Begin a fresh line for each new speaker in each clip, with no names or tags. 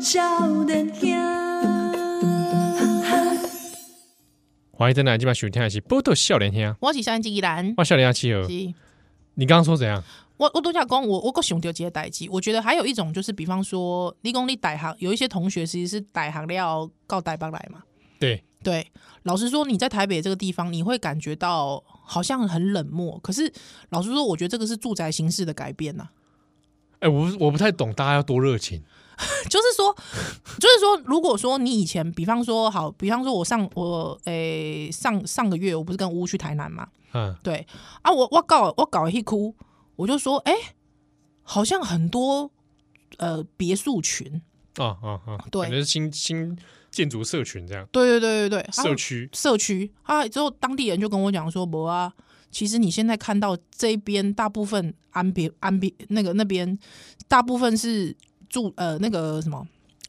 少年兄，
欢迎再来，今晚收听的是《波多笑脸兄》，
我是山鸡兰，
哇，笑脸兄七儿，
是
你刚刚说怎样？
我我都想讲，我我够想到这些代志。我觉得还有一种就是，比方说，你讲你歹行，有一些同学其实是歹行料告歹帮来嘛。
对，
对，老实说，你在台北这个地方，你会感觉到好像很冷漠。可是老实说，我觉得这个是住宅形式的改变呐、
哎，我不我不太懂大家要多热情，
就是说，就是说，如果说你以前，比方说，好，比方说我上我诶、上上个月，我不是跟乌去台南嘛？
嗯，
对啊，我我搞我搞一哭，我就说，哎、好像很多呃别墅群，
啊啊啊，
对
感觉是新新建筑社群这样，
对对对对对，啊
社区
社区啊，之后当地人就跟我讲说，不啊，其实你现在看到这边大部分安别安别那个那边大部分是住呃那个什么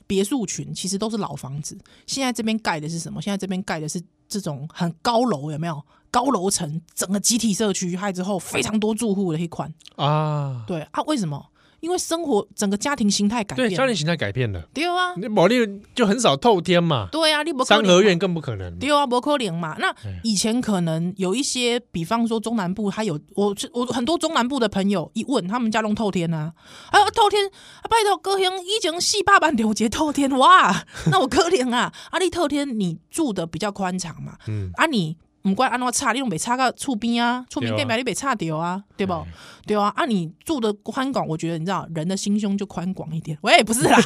别墅群，其实都是老房子。现在这边盖的是什么？现在这边盖的是这种很高楼，有没有？高楼层，整个集体社区，还有之后非常多住户的一款。
啊，
对啊，为什么？因为生活整个家庭形态改变
对，
了，
家庭形态改变了，
对啊，
那毛利就很少透天嘛，
对啊，你不可
三
能
合院更不可能，
对啊，伯克林嘛。那以前可能有一些，比方说中南部，他有我我很多中南部的朋友一问，他们家弄透天啊，啊透天，啊拜托哥兄以前四百万六节透天哇， 那我可怜啊，啊你透天你住的比较宽敞嘛，
嗯
啊你。唔管安怎差，你拢袂差到厝边啊，厝边
对啊嗯
店买你袂差掉啊，对不？对啊，啊你住的宽广，我觉得你知道，人的心胸就宽广一点。喂，不是 啦，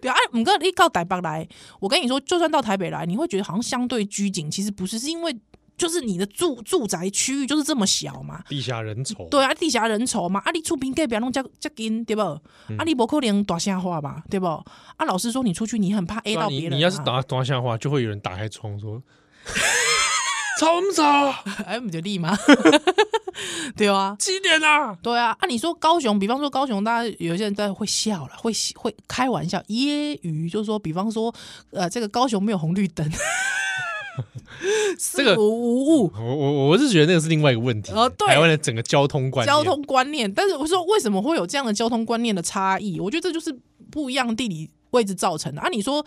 对啊，五个你到台北来，我跟你说，就算到台北来，你会觉得好像相对拘谨，其实不是，是因为就是你的住住宅区域就是这么小嘛。
地下人稠，
对啊，地狭人稠嘛，啊，你厝边隔壁拢遮遮近，对不？
嗯
啊，你不可能大声话吧，对不？啊，老实说，你出去你很怕 A
对啊，
到
你
别人、啊
你要是打当下的话，就会有人打开窗说。 吵什么吵？
哎，不就立吗？ 对啊，
几点啦？
对啊，啊，你说高雄，比方说高雄，大家有些人在会笑了，会会开玩笑揶揄，就是说，比方说，呃，这个高雄没有红绿灯，
这个
四无无物
我我我是觉得那个是另外一个问题。
哦对
台湾的整个交通观念
交通观念。但是我说，为什么会有这样的交通观念的差异？我觉得这就是不一样的地理位置造成的啊。你说，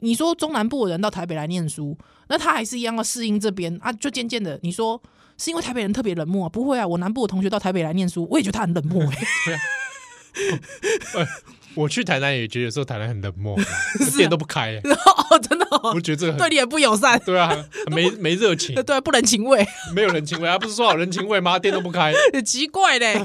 你说中南部的人到台北来念书，那他还是一样要适应这边啊，就渐渐的，你说是因为台北人特别冷漠、啊？不会啊，我南部的同学到台北来念书，我也觉得他很 冷漠、欸。
我去台南也觉得说台南很冷 漠，店都不开、欸，
哦，真的、哦
我，觉得这个很
啊对你也不友善。
对啊，没没热情
对，啊对，不能情味，
没有人情味，他啊不是说好人情味吗？店都不 开，
很奇怪嘞，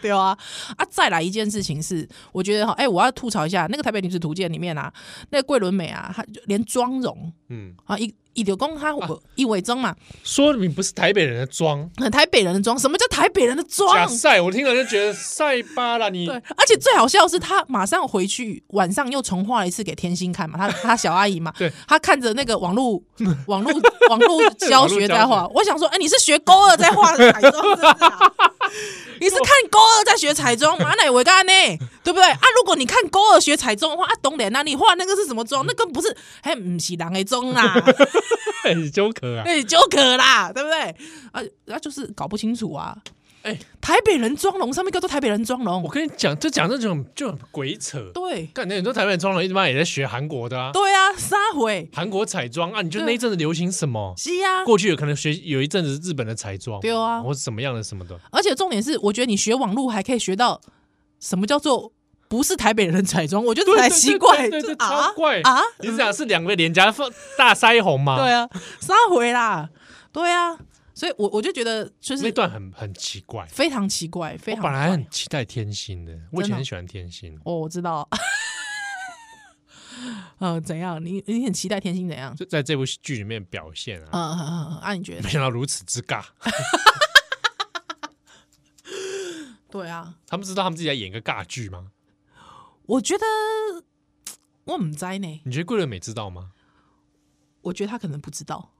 对啊，啊，再来一件事情是，我觉得哈，哎、我要吐槽一下那个《台北女子图鉴》里面啊，那个桂纶镁啊，她就连妆容
嗯，
啊，一一柳公她一伪装嘛，
说你不是台北人的妆，
很台北人的妆，什么叫台北人的
假
妆？
赛，我听了就觉得赛巴啦，你
对，而且最好笑的是，她马上回去，晚上又重画了一次给天心看嘛，她她小阿姨嘛，
对，
她看着那个网络网络网络教学在
网
画，我想说，哎、你是学高二在画彩妆是不是、啊？你是看高二在学彩妆吗？啊那我干呢，对不对啊？如果你看高二学彩妆的话，啊，懂脸那你画那个是什么妆？那更不是，哎，不是人的妆啦，
很纠葛啊，
哎，就可啦，对不对？啊，那、就是搞不清楚啊。
哎
台北人妆容上面叫做台北人妆
我
容，
跟你讲，这讲这种就很鬼扯，
对
感觉很多台北人妆容一般也在学韩国的啊，
对啊，撒回
韩国彩妆啊，你就那一阵子流行什么？
是啊。
过去有可能学有一阵子日本的彩妆，
对啊
或者什么样的什么的，
而且重点是，我觉得你学网络还可以学到什么叫做不是台北人彩妆，我觉得才奇怪，
对对对对
就啊
超怪
啊，
你是讲是两个脸颊放大腮红吗？
对啊，撒回啦，对啊，所以我我就觉得就
那
是
段很很奇怪。
非常奇怪，非
我
常
本来
怪
很期待天心的，我以前
真的哦
很喜欢天心，
哦，我知道，呃，怎样？你你很期待天心怎样？
就在这部剧里面表现啊，
嗯嗯嗯嗯，啊，你觉得
没？想到如此之尬。
对啊，
他们知道他们自己在演个尬剧吗？
我觉得我唔知呢，
你觉得桂纶镁知道吗？
我觉得他可能不知道，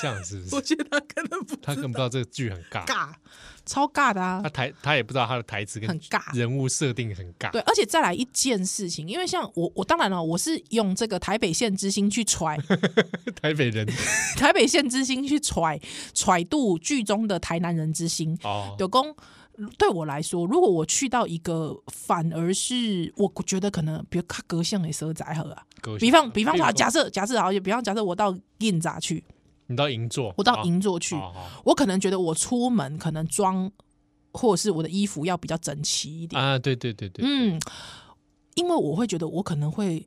这样是不
我
是？
觉得他可能不
他根本不知道这个剧很尬，
尬，超尬的啊
他，台他也不知道他的台词跟
很尬
人物设定很尬。
对，而且再来一件事情，因为像我，我当然了，我是用这个台北县之心去 揣
台北 人
台北县之心去揣揣度剧中的台南人之心，
哦，
有公对我来说，如果我去到一个反而是我觉得可能，比如看隔巷的蛇仔河啊，
各
比方比方说，
说，
假设假设好，比方假设我到印扎去，
你到银座，哦
我到银座
去，
去，
好好
我可能觉得我出门可能妆或者是我的衣服要比较整齐一点，
啊，对对对对，
嗯，因为我会觉得我可能会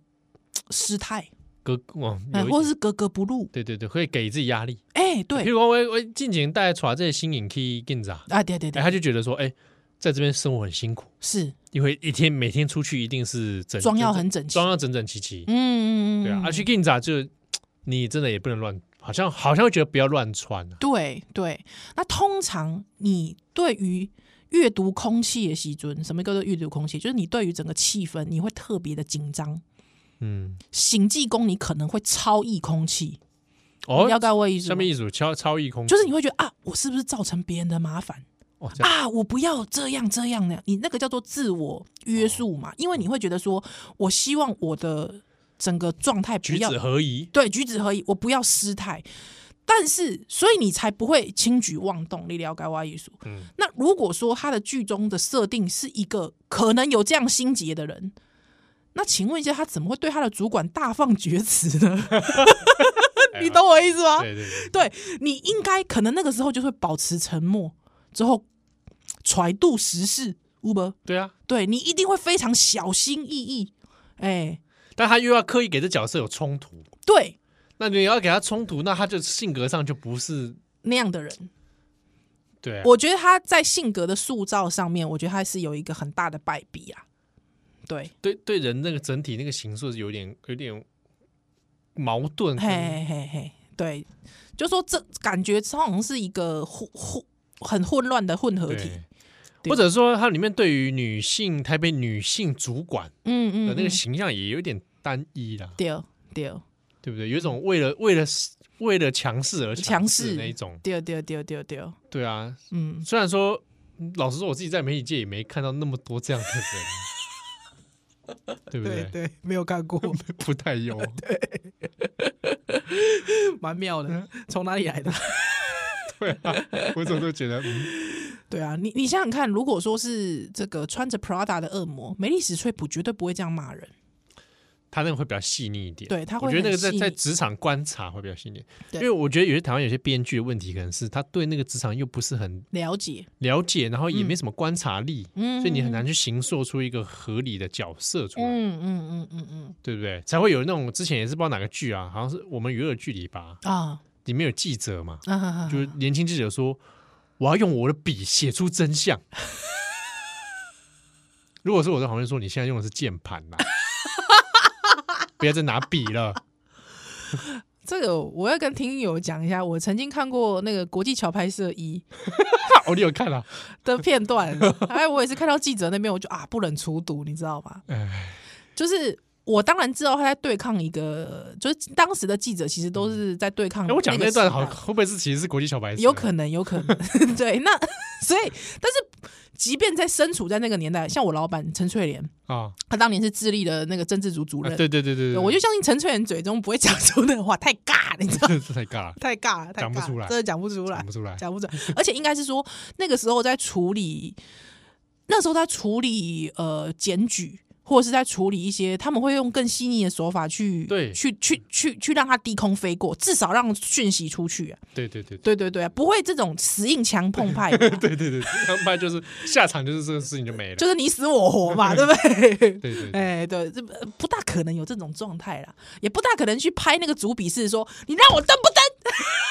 失态，
格哇，
哎，
哦有一
或者是格格不入，
对对对，会给自己压力。
哎，
譬
对，
如说我我近几年带耍这些新颖 key 进展，
啊，对对
哎，
对，
他就觉得说，哎，在这边生活很辛苦，
是
因为一天每天出去一定是整
妆要很整齐，
装要整整齐齐，
嗯嗯嗯，
对啊，
嗯
啊去 g i n z 就你真的也不能乱，好像好像会觉得不要乱穿啊，
对对，那通常你对于阅读空气的习准，什么叫做阅读空气？就是你对于整个气氛，你会特别的紧张。
嗯，
行济功，你可能会超译空气，
哦
你，要盖我意思
下
吗
面？一组超超异空，
就是你会觉得啊，我是不是造成别人的麻烦
哦这样
啊？我不要这样这样那样，你那个叫做自我约束
哦
嘛，因为你会觉得说，我希望我的整个状态不
举
要
止合宜，
对，举止合一，我不要失态。但是，所以你才不会轻举妄动，你了解我艺术。
嗯
那如果说他的剧中的设定是一个可能有这样心结的人，那请问一下，他怎么会对他的主管大放厥词 呢？你懂我意思吗？
对对对，
对你应该可能那个时候就会保持沉默，之后揣度时事，乌伯，
对啊，
对你一定会非常小心翼翼。哎、
但他又要刻意给这角色有冲突，
对
那你要给他冲突，那他就性格上就不是
那样的人，
对啊，
我觉得他在性格的塑造上面，我觉得他是有一个很大的败笔啊。对，
对对人那个整体那个形塑是有点有点矛盾跟，
嘿嘿嘿，对，就说这感觉好像是一个混混很混乱的混合体
对。
对
或者说，它里面对于女性台北女性主管
嗯嗯，
的呃那个
嗯
形象也有点单一啦，
对对
对不对？有一种为了为了为了强势而
强
势
势
那一种，
对对对对对，
对啊。
嗯，
虽然说，嗯老实说，我自己在媒体界也没看到那么多这样的人， 对不对？
对，没有看过，
不太 有，
蛮妙
嗯
的。从哪里来 的？
对啊，我怎么都觉得，嗯，
对啊，你你想想看，如果说是这个穿着 Prada 的恶魔梅丽史翠普，绝对不会这样骂人。
他那个会比较细腻一点。
对他会
我觉得那个在
很细腻
在职场观察会比较细腻，因为
对
我觉得有些台湾有些编剧的问题，可能是他对那个职场又不是很
了解，
了解，然后也没什么观察力，
嗯，
所以你很难去形塑出一个合理的角色出来，
嗯，嗯嗯嗯嗯
对不对？才会有那种之前也是不知道哪个剧啊，好像是我们娱乐剧里吧，
嗯啊
里面有记者嘛，
啊啊，啊
就是年轻记者说我要用我的笔写出真 相。如果说我在旁边说你现在用的是键盘啦，不要再拿笔了，
这个我要跟听友讲一下，我曾经看过那个国际桥拍摄一
哦，你有看啊？
的片段， 哎，我也是看到记者那边，我就啊不忍卒读，你知道吗？
哎，
就是我当然知道他在对抗一个，就是当时的记者其实都是在对抗
哎我讲
个
那段
时
好，
代
会不会是其实是国际小白痴？
有可能， 有可能，对，那所以，但是即便在身处在那个年代，像我老板陈翠莲，
啊，
他当年是智利的那个政治组主
啊
任，
对对对对
对我就相信陈翠莲嘴中不会讲出那话，太尬，你知道吗。
这太尬了，
太尬了，太
讲不
尬
出
了
来
真的讲不出来
讲，不出来。
讲不出来。而且应该是说，那个时候在处理，那时候在处理呃检举，或者是在处理一些，他们会用更细腻的手法去
对
去去去去让它低空飞过，至少让讯息出去、啊。
对对对对
对对对、啊，不会这种死硬强碰派的啊、
对对对，他们拍就是下场就是这个事情就没了。
就是你死我活 嘛，对不对？
对对对，
哎、对，这呃不大可能有这种状态啦，也不大可能去拍那个主笔是说你让我登不登，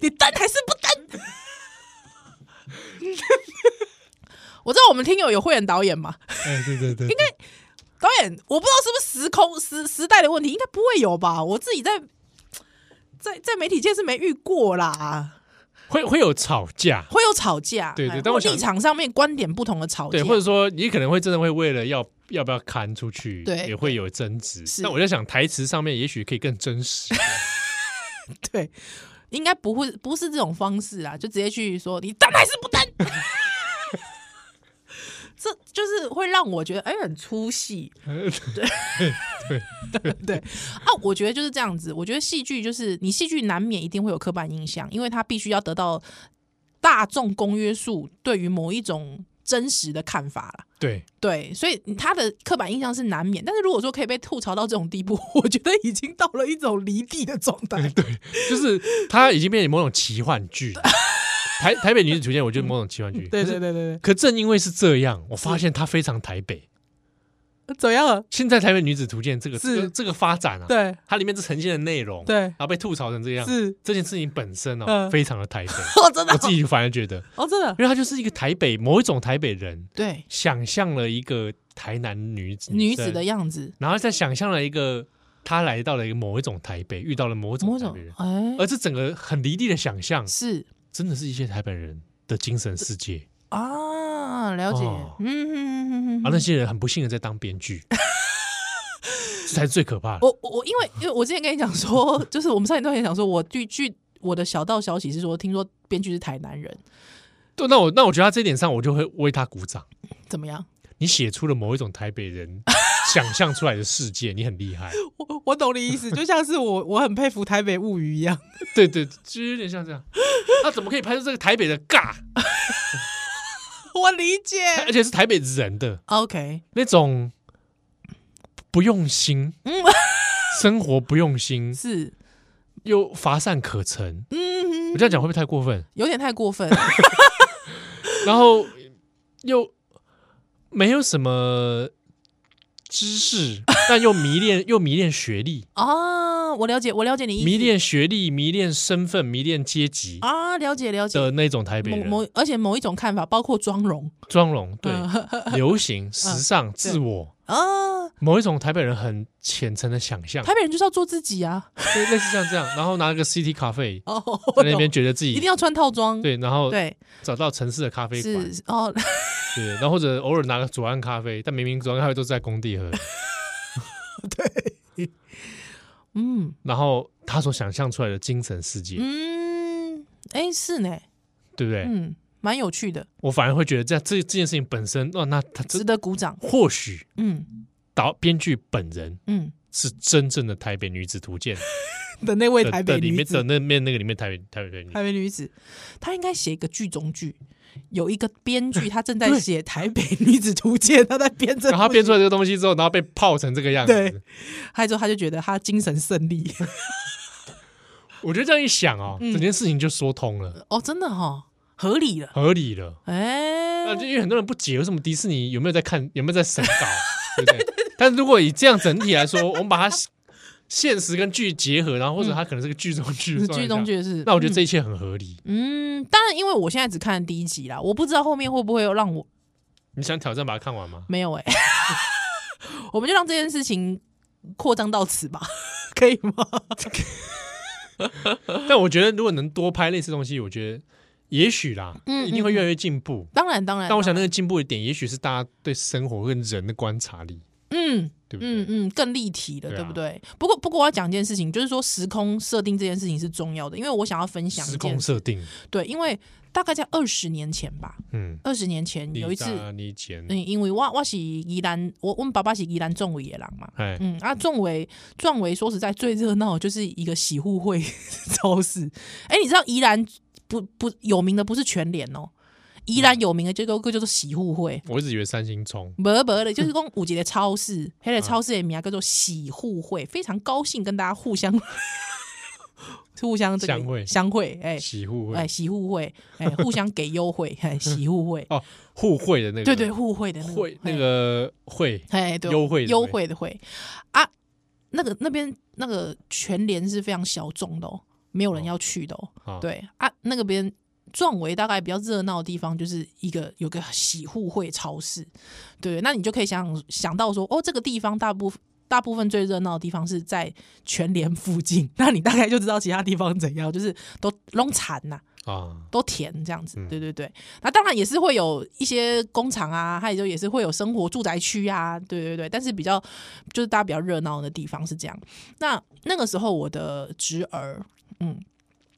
你登还是不登？ 我知道我们听友有慧眼导演嘛，
哎对对对，应该
导演我不知道是不是时空时时代的问题，应该不会有吧？我自己在在在媒体界是没遇过啦，
会会有吵架，
会有吵架，
对对
哎
但
或
我想
立场上面观点不同的吵架，
对，或者说你可能会真的会为了要要不要刊出去，
对
也会有争执。
是
那我在想台词上面也许可以更真实，
对，应该不会不是这种方式啊，就直接去说你登还是不登， 这就是会让我觉得哎、很出戏 啊。我觉得就是这样子，我觉得戏剧就是你戏剧难免一定会有刻板印象，因为它必须要得到大众公约数对于某一种真实的看法了。
对，
对，所以他的刻板印象是难免，但是如果说可以被吐槽到这种地步， 我觉得已经到了一种离地的状态。
就是它已经变成某种奇幻剧。台台北女子图鉴，我觉得某种奇幻剧。
对
可是
对对对
可正因为是这样，我发现它非常台北。
对，怎样了？
现在台北女子图鉴这个
是
这个这个发展啊，
对
它里面这呈现的内容，
对
然后被吐槽成这样，
是，
这件事情本身哦，
嗯
非常的台北。
哦真的
我自己反而觉得，
哦真的
因为他就是一个台北某一种台北人，
对
想象了一个台南女子
女子的
生，
样子，
然后再想象了一个他来到了一个某一种台北，遇到了某一种
某
台
种
北人，
哎
而这整个很离地的想象，
是
真的是一些台北人的精神世界。
啊，了解
哦，
嗯，
而啊那些人很不幸的在当编剧，这才是最可怕的。
我我我因为因为我之前跟你讲说，就是我们上一段也讲说，我据据我的小道消息是说，听说编剧是台南人，
对，那我那我觉得他这一点上，我就会为他鼓掌。
怎么样？
你写出了某一种台北 人想象出来的世界，你很厉害。
我我懂你意思，就像是我我很佩服《台北物语》一样，
对对，就有点像这样。他怎么可以拍出这个台北的尬？
我理解。
而且是台北人的
OK，
那种不用心，
嗯
生活不用心
是，
又乏善可陈。
嗯
我，这样讲会不会太过分？
有点太 过分，
然后又没有什么知 识，但又迷恋又迷恋学历，
啊，我了解，我了解你意思。
迷恋学历，迷恋身份，迷恋阶级
啊，了解了解。
的那种台北
某
人，
某，而且某一种看法，包括妆容
妆容对
嗯
流行、时尚、自我。
啊，
某一种台北人很虔诚的想象，
台北人就是要做自己啊。
对类似像这样，然后拿了个 CT 咖啡，
哦，
在那边
我懂
觉得自
一定
己
要穿套装，
对，哦然后
对，
找到城市的咖啡馆，
是哦，
对，然后或者偶尔拿个左岸咖啡，但明明左岸咖啡都是在工地喝。
嗯
然后他所想象出来的精神世界，
嗯，哎，是呢，
对不对？
嗯，蛮有趣的，
我反而会觉得这样这这件事情本身，哦，那他这
值得鼓掌。
或许
嗯
导编剧本人
嗯，
是真正的台北女子图鉴
的那位
的
台
的
北
里
女
面的
子，
那面那个里面台北台北女子
台北女子，她应该写一个剧中剧。有一个编剧，他正在写《台北女子图鉴》，他在编这
然
部
后他编出
剧，
来这个东西之后，然后被泡成这个样
对
子。
还之后他就觉得他精神胜利
我觉得这样一想哦，
嗯
整件事情就说通了，
哦，真的哈、哦，合理了。
合理了。
哎、
那就因为很多人不解，为什么迪士尼有没有在看，有没有在审 稿，对不对？但是如果以这样整体来说，我们把它现实跟剧结合，然后或者它可能是个剧中剧的
嗯
状
是
态下，
剧中剧是，
那我觉得这一切很合理。
嗯，当然，因为我现在只看第一集啦，我不知道后面会不会有让我
你想挑战把它看完吗？
没有哎、 我们就让这件事情扩张到此吧，可以吗？
但我觉得如果能多拍类似东西，我觉得也许啦，
嗯
一定会越来越进步。
当然，当然。
但我想那个进步的点，也许是大家对生活跟人的观察力，
嗯
对不
嗯
对？
嗯，更立体了，
对啊
对不对？不过，不过我要讲一件事情，就是说时空设定这件事情是重要的，因为我想要分享一
时
件
空设定，
对，因为大概在二十年前吧，
嗯，
二十年前有一次，
你以前，
嗯，因为我我是宜兰，我我们爸爸是宜兰重尾野狼嘛，
哎，
嗯啊，壮维壮维说实在最热闹的就是一个洗护会 超市。哎、你知道宜兰不不有名的不是全联哦，宜兰
嗯
有名的就都个叫做洗护会。
我一直以为三星冲，
不不的，
嗯
就是讲有一个超市，迄个超市的名叫做喜互会，非常高兴跟大家互相 互相这个
相会
相会，哎
喜互
哎
惠，
喜互会，哎互相给优惠， 哎喜互会，
哦，互惠的那个，
对对互惠的那个
会
哎
那个会，
哎，对，
优惠的
优
惠
惠的惠啊，那个那边那个全联是非常小众的哦，没有人
哦
要去的哦。
啊，
对啊，那个边壮围大概比较热闹的地方，就是一个有个洗护会超市，对，那你就可以想想想到说，哦，这个地方大部分。大部分最热闹的地方是在全联附近， 那你大概就知道其他地方怎样，就是都弄惨呐、
啊，
都甜这样子
嗯，
对对对。那当然也是会有一些工厂啊，还有就也是会有生活住宅区啊，对对对。但是比较就是大家比较热闹的地方是这样。那那个时候我的侄儿，嗯，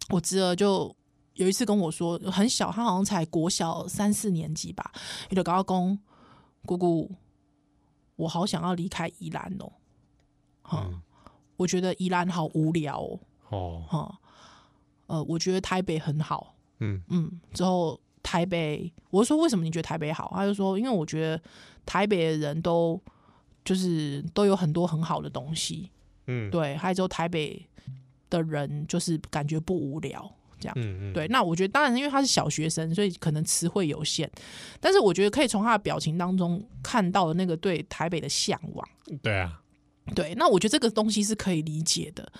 我侄儿就有一次跟我说，很小，他好像才国小三四年级吧，有的高公姑姑，我好想要离开宜兰哦，哈、
嗯
我觉得宜兰好无聊哦，
哦，
哈、呃，我觉得台北很好，
嗯
嗯，之后台北，我就说为什么你觉得台北好？他就说，因为我觉得台北的人都就是都有很多很好的东西，
嗯，
对，还有之后台北的人就是感觉不无聊，
嗯嗯，
对，那我觉得当然，因为他是小学生，所以可能词汇有限，但是我觉得可以从他的表情当中看到的那个对台北的向往。
对啊，
对，那我觉得这个东西是可以理解的。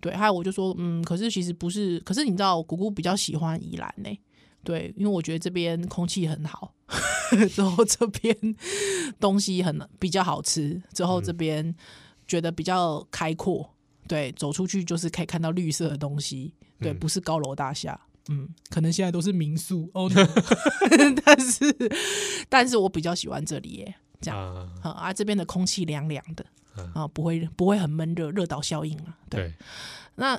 对，还有我就说，嗯，可是其实不是，可是你知道，姑姑比较喜欢宜兰呢、对，因为我觉得这边空气很好， 之后这边东西很比较好吃，之后这边觉得比较开阔，对，走出去就是可以看到绿色的东西，对，
嗯
不是高楼大厦。嗯，可能现在都是民宿哦 但是但是我比较喜欢这里耶、这样
啊，
啊啊，这边的空气凉凉的
嗯，
啊，不会不会很闷热，热岛效应嘛。对，
对，
那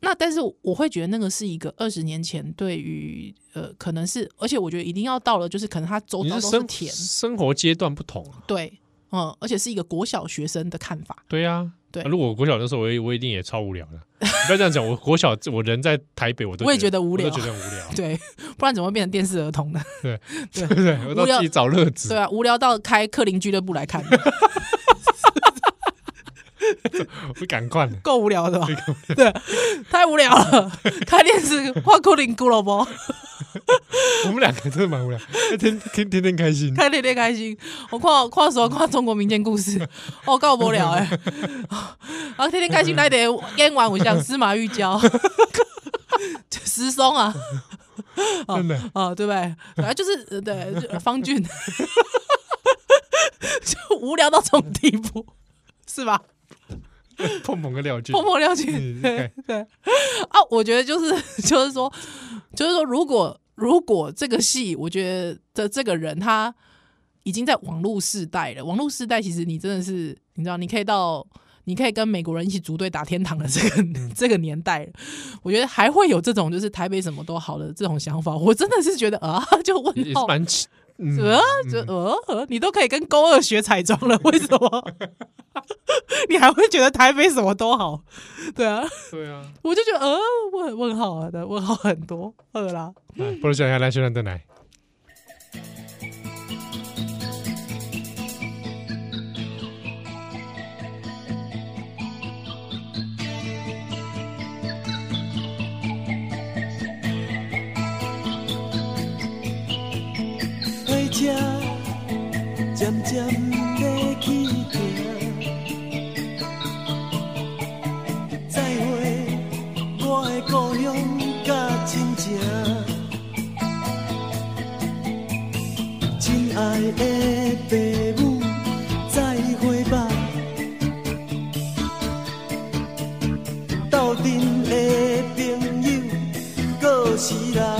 那但是我会觉得那个是一个二十年前对于呃，可能是，而且我觉得一定要到了，就是可能它周
你
遭
是
都
生
田，
生活阶段不同啊，
对，嗯，而且是一个国小学生的看法，
对啊，
对
如果我国小的时候，我也我一定也超无聊的。你不要这样讲，我 国小我人在台北，我都
我也觉得无聊，
我都觉得很无聊
对，不然怎么会变成电视儿童呢？
对不对？我都自己找乐子
对，啊，无聊到开克林俱乐部来看，
我赶快了。
够无聊 的吧？对，太无聊了， 看电视画克林俱乐部。
我们两个真的蛮无 聊，天天天天开心。
开天天开心。我看看什么看中国民间故事， 哦，够无聊哎、 啊，天天开心来得演完我像司马玉娇、 石松啊，哦
真的
哦，对不对？反正就是呃对就方俊， 就无聊到这种地步。是吧？
碰碰跟廖俊，
碰碰了解，
嗯
对对 啊，我觉得就是 就是说，就是说，如果如果这个戏，我觉得的这个人他已经在网络世代了。网络世代其实你真的是，你知道，你可以到，你可以跟美国人一起组队打天堂的这个、
嗯
这个年代了。我觉得还会有这种就是台北什么都好的这种想法，我真的是觉得啊，就
也
问
也
号
是。蛮奇，嗯
呃，就呃，呃你都可以跟高二学彩妆了，为什么？ 你还会觉得台北什么都好？对啊，
对啊。
我就觉得呃，问问号啊，对问号很多，呃啦。
来，哎不如讲一下来宣传再来。
火车渐渐要起行，再会我的故乡甲亲情，亲爱的父母，再会吧，斗阵的朋友，过时啦。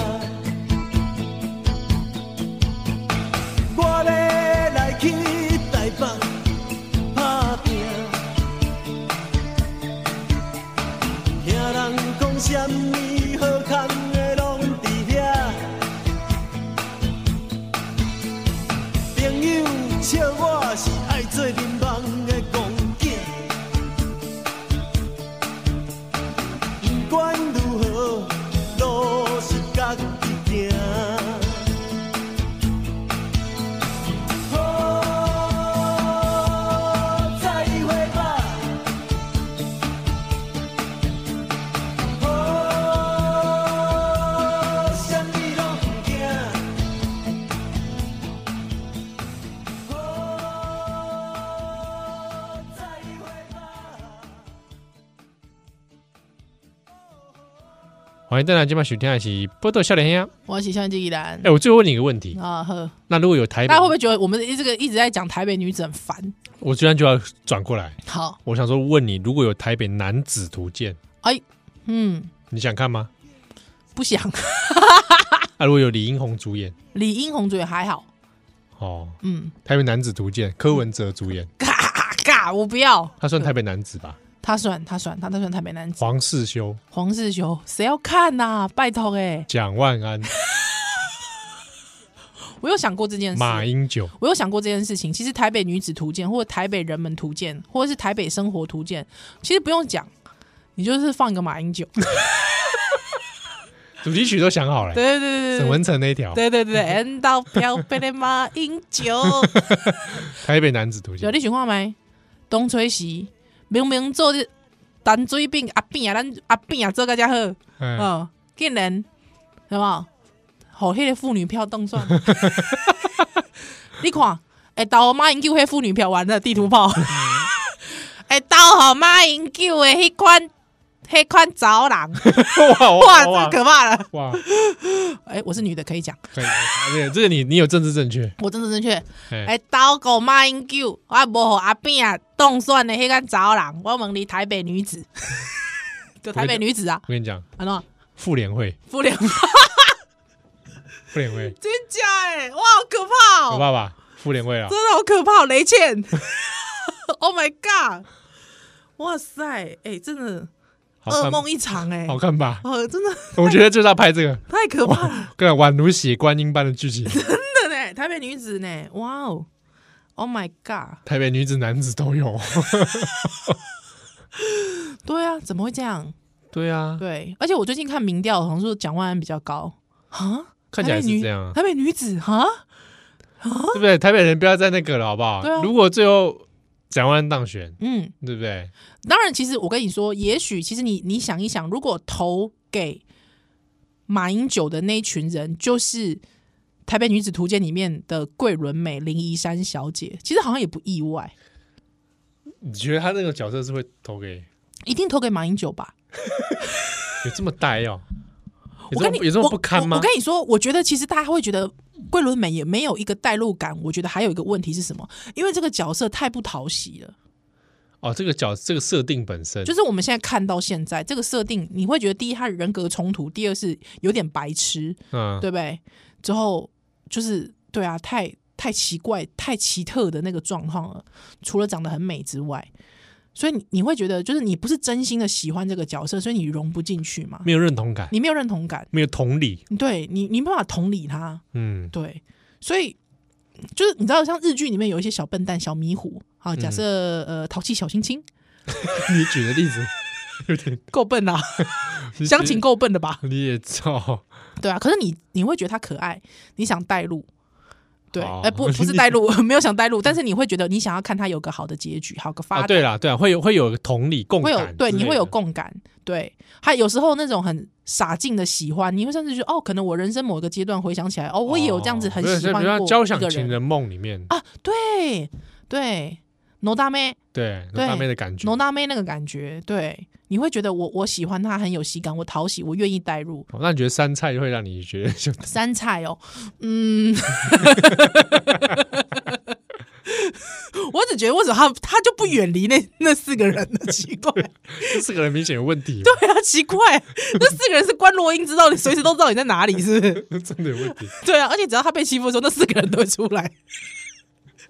我要来去台北打拼，听人讲什么好康的拢伫遐，朋友笑我是爱做面盲的戆囝，不管如何，路是家己行。哦，再会吧。哦，什么拢不惊。哦，再会吧。
欢迎再来，今晚收听的是《波多笑脸兄》。啊
我喜欢这一栏
哎，我哎最后问你一个问题，
啊呵，
那如果有台北
大家，会不会觉得我们这个一直在讲台北女子很烦？
我居然就要转过来，
好，
我想说问你，如果有台北男子图鉴，
嗯，
你想看吗？
不想。
啊，如果有李英宏主演，
李英红嘴还好，
哦，
嗯，
台北男子图鉴，柯文哲主演，
嘎嘎，我不要。
他算台北男子吧？
他算他算他他算台北男子
黄世修、
黄世雄，谁要看呐、拜托哎、
蒋万 安、
我有想过这件事，
马英九，
我有想过这件事情。其实台北女子图鉴，或者台北人们图鉴，或者是台北生活图鉴，其实不用讲，你就是放一个马英九，
主题曲都想好了、
对对对对
沈
对
文成那一条，
对对对对，恩到飘贝的马饮酒。
台北男子图
有
鉴，
啊你想看没？东吹西，明明做这陈水扁阿扁啊，咱阿扁啊做个遮好，
嗯，
嗯，竟然有无？互迄个妇女票当算， 你看，会到马英九迄妇女票完了地图炮， 会到好马英九的迄款迄款走人，
哇
哇，
哇
太
哇
可怕了！
哇，
哎、我是女的可以讲，
可以，可以这个你你有政治正确，
我真的正确。
哎，
哎，倒狗马英九，我无互阿扁啊当选的迄个查某人，我问你台北女 子，就台北女子啊，
我跟你讲，
安怎
妇联会，
妇联？
妇联会，
真假哎，哇，好可怕
有
哦，
爸爸，妇联会啊，
真的好可怕哦，雷倩 ，Oh my god，哇塞，哎、真的
好
噩
看，
梦一场哎、
好看吧？
哦，真的
我觉得就是要拍这个，
太可怕了，
跟宛如血观音般的剧情，
真的呢，台北女子呢，哇哦，Oh my god，
台北女子、男子都有。
对啊，怎么会这样？
对啊，
对，而且我最近看民调，好像说蒋万安比较高啊，
看起来是
台北女
这样啊
台北女子哈，
对不对？台北人不要再那个了，好不好
对啊？
如果最后蒋万安当选，
嗯，
对不对？
当然，其实我跟你说，也许其实你你想一想，如果投给马英九的那一群人，就是《台北女子图鉴》里面的桂纶镁、林怡珊小姐，其实好像也不意外，
你觉得他那个角色是会投给
一定投给马英九吧？
有这么呆哦？有
我
这
跟
么
你
有这么
我
不堪吗
我？我？跟你说，我觉得其实大家会觉得桂纶镁也没有一个代入感。我觉得还有一个问题是什么？因为这个角色太不讨喜了。
哦，这个角这个设定本身
就是我们现在看到现在这个设定，你会觉得第一他人格冲突，第二是有点白痴，
嗯，
对不对？之后就是对啊，太太奇怪、太奇特的那个状况了。除了长得很美之外，所以你你会觉得就是你不是真心的喜欢这个角色，所以你融不进去嘛，
没有认同感，
你没有认同感，
没有同理，
对你你没办法同理他，
嗯，
对，所以就是你知道，像日剧里面有一些小笨蛋、小迷糊，好，假设、呃淘气小亲亲
你举的例子有点
够笨啊，相情够笨的吧？
你也照
对啊，可是你你会觉得他可爱，你想带入，对，哎、
哦
不不是带入， 没有想带入，但是你会觉得你想要看他有个好的结局，好个发
啊，
展，
对啦，对啦，会有会有同理共
会
感之类
有
的，
对，你会有共感，对，还有时候那种很傻劲的喜欢，你会甚至觉得哦，可能我人生某一个阶段回想起来，哦，我也有这样子很
哦对
喜欢
比如像
过
交响
一个
情
人
人梦里面，
啊，对对，罗大妹，
对，
对
那大妹的感觉
罗。大妹那个感觉，对，你会觉得我我喜欢她很有喜感，我讨喜，我愿意带入，
哦那你觉得山菜会让你觉得就
山菜哦，嗯， 我只觉得为什么他他就不远离那 那四个人呢？奇怪，
这四个人明显有问题嘛，
对啊，奇怪，那四个人是关罗英知道你随时都知道你在哪里，是不是？
真的有问题。
对啊，而且只要他被欺负的时候，那四个人都会出来。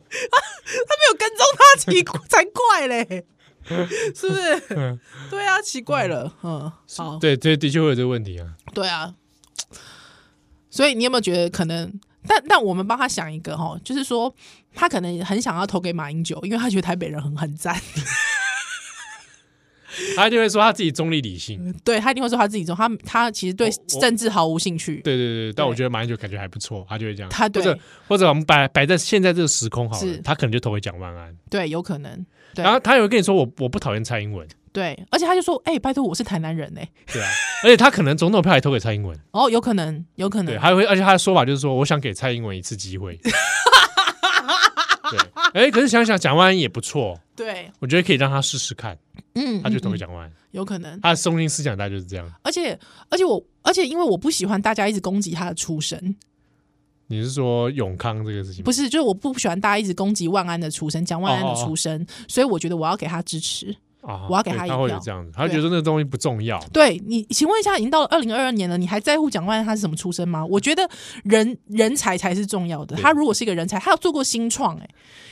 他他没有跟踪他，奇怪才怪嘞，是不是
嗯？
对啊，奇怪了，嗯，好，
对对，的确会有这个问题啊。
对啊，所以你有没有觉得可能？但但我们帮他想一个哈，就是说他可能很想要投给马英九，因为他觉得台北人很很赞，
他就会说他自己中立理性，
对他一定会说他自己中，他他其实对
我
政治毫无兴趣。
对对对。但我觉得马英九感觉还不错，他就会这样。
他
或
对
者或者我们摆摆在现在这个时空好了
是，
他可能就投给蒋万安。
对，有可能。对
然后他也会跟你说我我不讨厌蔡英 文，
对，而且他就说：“哎、拜托，我是台南人哎、
对啊。而且他可能总统票还投给蔡英文，
哦，有可能，有可
对，
能。
还会而且他的说法就是说我想给蔡英文一次机 会。对，哎，可是想想蒋万安也不错，
对，
我觉得可以让他试试看，
嗯，
他就投
嗯
给
嗯
蒋万安。
有可能。
他的中心思想大概就是这样。
而且，而且我，而且因为我不喜欢大家一直攻击他的出身，
嗯你是说永康这个事情吗？
不是，就是我不喜欢大家一直攻击万安的出身，讲万安
哦
的
哦哦
出身，所以我觉得我要给他支持。
啊
我要给
对
他一
他会有
票
这样子，他觉得那个东西不重要。
对你，请问一下，已经到了二零二二年了，你还在乎蒋万安他是什么出身吗？我觉得人人才才是重要的。
对
他如果是一个人才，他有做过新创，哎，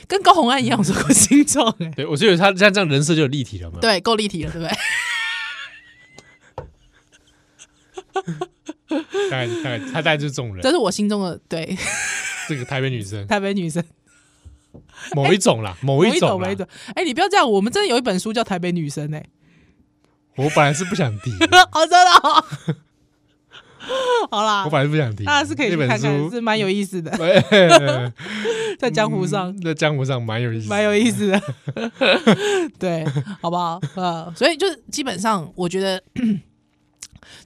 跟高红安一样有做过新创、哎，
对，我觉得他像这样人设就有立体了嘛。
对，够立体了，对不 对？
大概大概他大概就是这种人
这，是我心中的对
这个台北女生
台北女生
某一种啦，某一种
某
啦
一。种。哎，你不要这样，我们真的有一本书叫《台 北女生》哎，
我本来是不想提的，
哦，真的哦、好啦
我，本来不想提，
大家是可以
那
去
本
看看，
书
是蛮有意思的，在江湖上。
嗯在江湖上蛮有意思，
蛮有意思的， 对，好不好？呃，所以就是基本上，我觉得，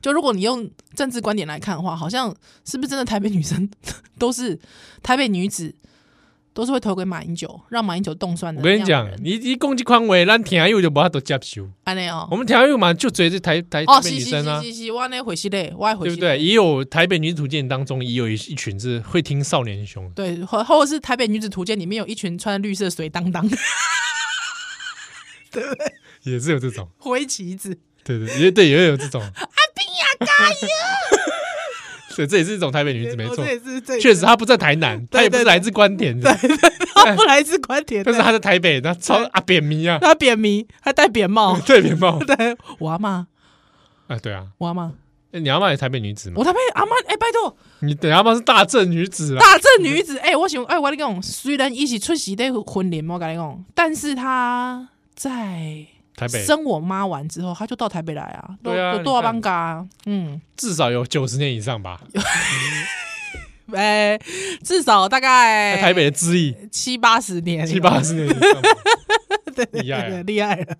就如果你用政治观点来看的话，好像是不是真的台北女生都是台北女子都是会投给马英九，让马英九动算的
我
那
跟你
样的人？
讲，你你攻击宽伟，咱听友就无法度接受。
安内哦
我，们听友嘛，就只是台台台
哦，
北
是
女
是
生啊
是，是是，我那回系列，我也回
对
系
不
列，
对？也有台北女子图鉴当中，也有一一群是会听少年兄的。
对，或或者是台北女子图鉴里面有一群穿绿色水当当
也是有这种，
挥旗子，
对对也对也有这种。阿斌呀，加油！对，这也是一种台北女子，没
哦
错
这，也是这也
确
是
实她不在台南，她也不是
对
来自关田的，
他不来自观点，
但是她在台北，她超阿扁迷啊，，
他扁迷，他戴扁帽
对扁帽
对，我阿妈，
啊，对啊，
我阿妈，
你要骂也台北女子嘛？
我台北阿妈，哎、拜托，
你等下骂是大正女子啦，
大正女子，哎、我喜欢，哎、我跟你讲，虽然一起出席的婚礼，我跟你讲，但是她在
台北
生我妈完之后，她就到台北来啊，都
对啊
都
你
多少
看
班嘎，嗯，
至少有九十年以上吧，
哎、至少大
在
概
哎台北的资历
七八十年，
七八十年以上 吧，
对，
厉害啊
厉害了，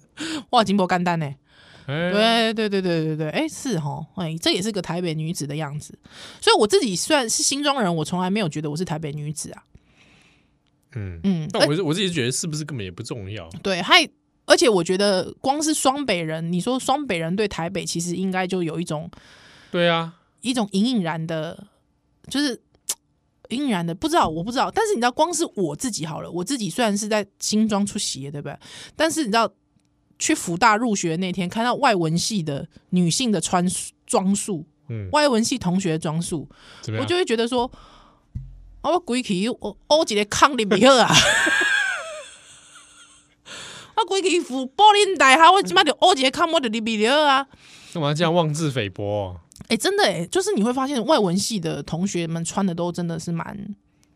哇，金箔干单呢、
哎，
对对对对对对，哎、是哦，哎、这也是个台北女子的样子。所以我自己虽然是新庄人，我从来没有觉得我是台北女子啊。
嗯。
嗯，
但我是我自己觉得是不是根本也不重要，
对，还而且我觉得光是双北人，你说双北人对台北其实应该就有一种
对啊，
一种隐隐然的，就是嘖隐隐然的不知道，我不知道。但是你知道，光是我自己好了，我自己虽然是在新庄出席的，对不对？但是你知道，去福大入学那天，看到外文系的女性的穿装束，
嗯，
外文系同学的装束，
怎么
我
样
就？会觉得说，啊，我鬼去，我我一个空里比好啊。 我鬼去福柏林大厦，我即马就乌一个空，我就入比了啊！
干嘛这样妄自菲薄哦？
哎、真的哎、就是你会发现外文系的同学们穿的都真的是蛮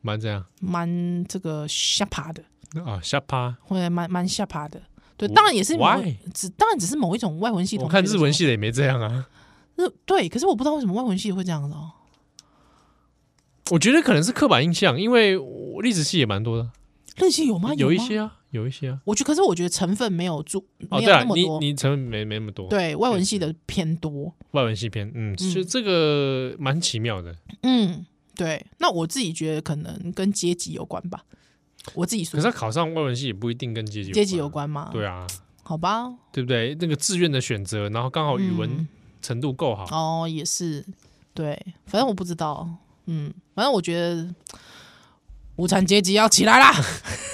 蛮这样
蛮这个下爬的，
啊，瞎趴。
或者蛮蛮下爬的。对，
我
当然也是某
Why？
只当然只是某一种外文系同
我
学。
看日文系的也没这样啊，
日对，可是我不知道为什么外文系会这样子哦。
我觉得可能是刻板印象，因为我历史系也蛮多的，
日系有吗？
有一
吗
些啊，有一些啊。
我觉得，可是我觉得成分没有注
哦，
没有
对了
那，么
你
多。
你成本没没那么多，，
对外文系的偏多。
外文系偏，嗯，就这个蛮奇妙的。
嗯，对。那我自己觉得可能跟阶级有关吧，我自己
可
说
是他考上外文系也不一定跟阶级
阶级有
啊，
关吗？
对，啊，
好吧。
对不对？那个志愿的选择，然后刚好语文
嗯
程度够好，
哦，也是，对，反正我不知道，嗯，反正我觉得无产阶级要起来啦。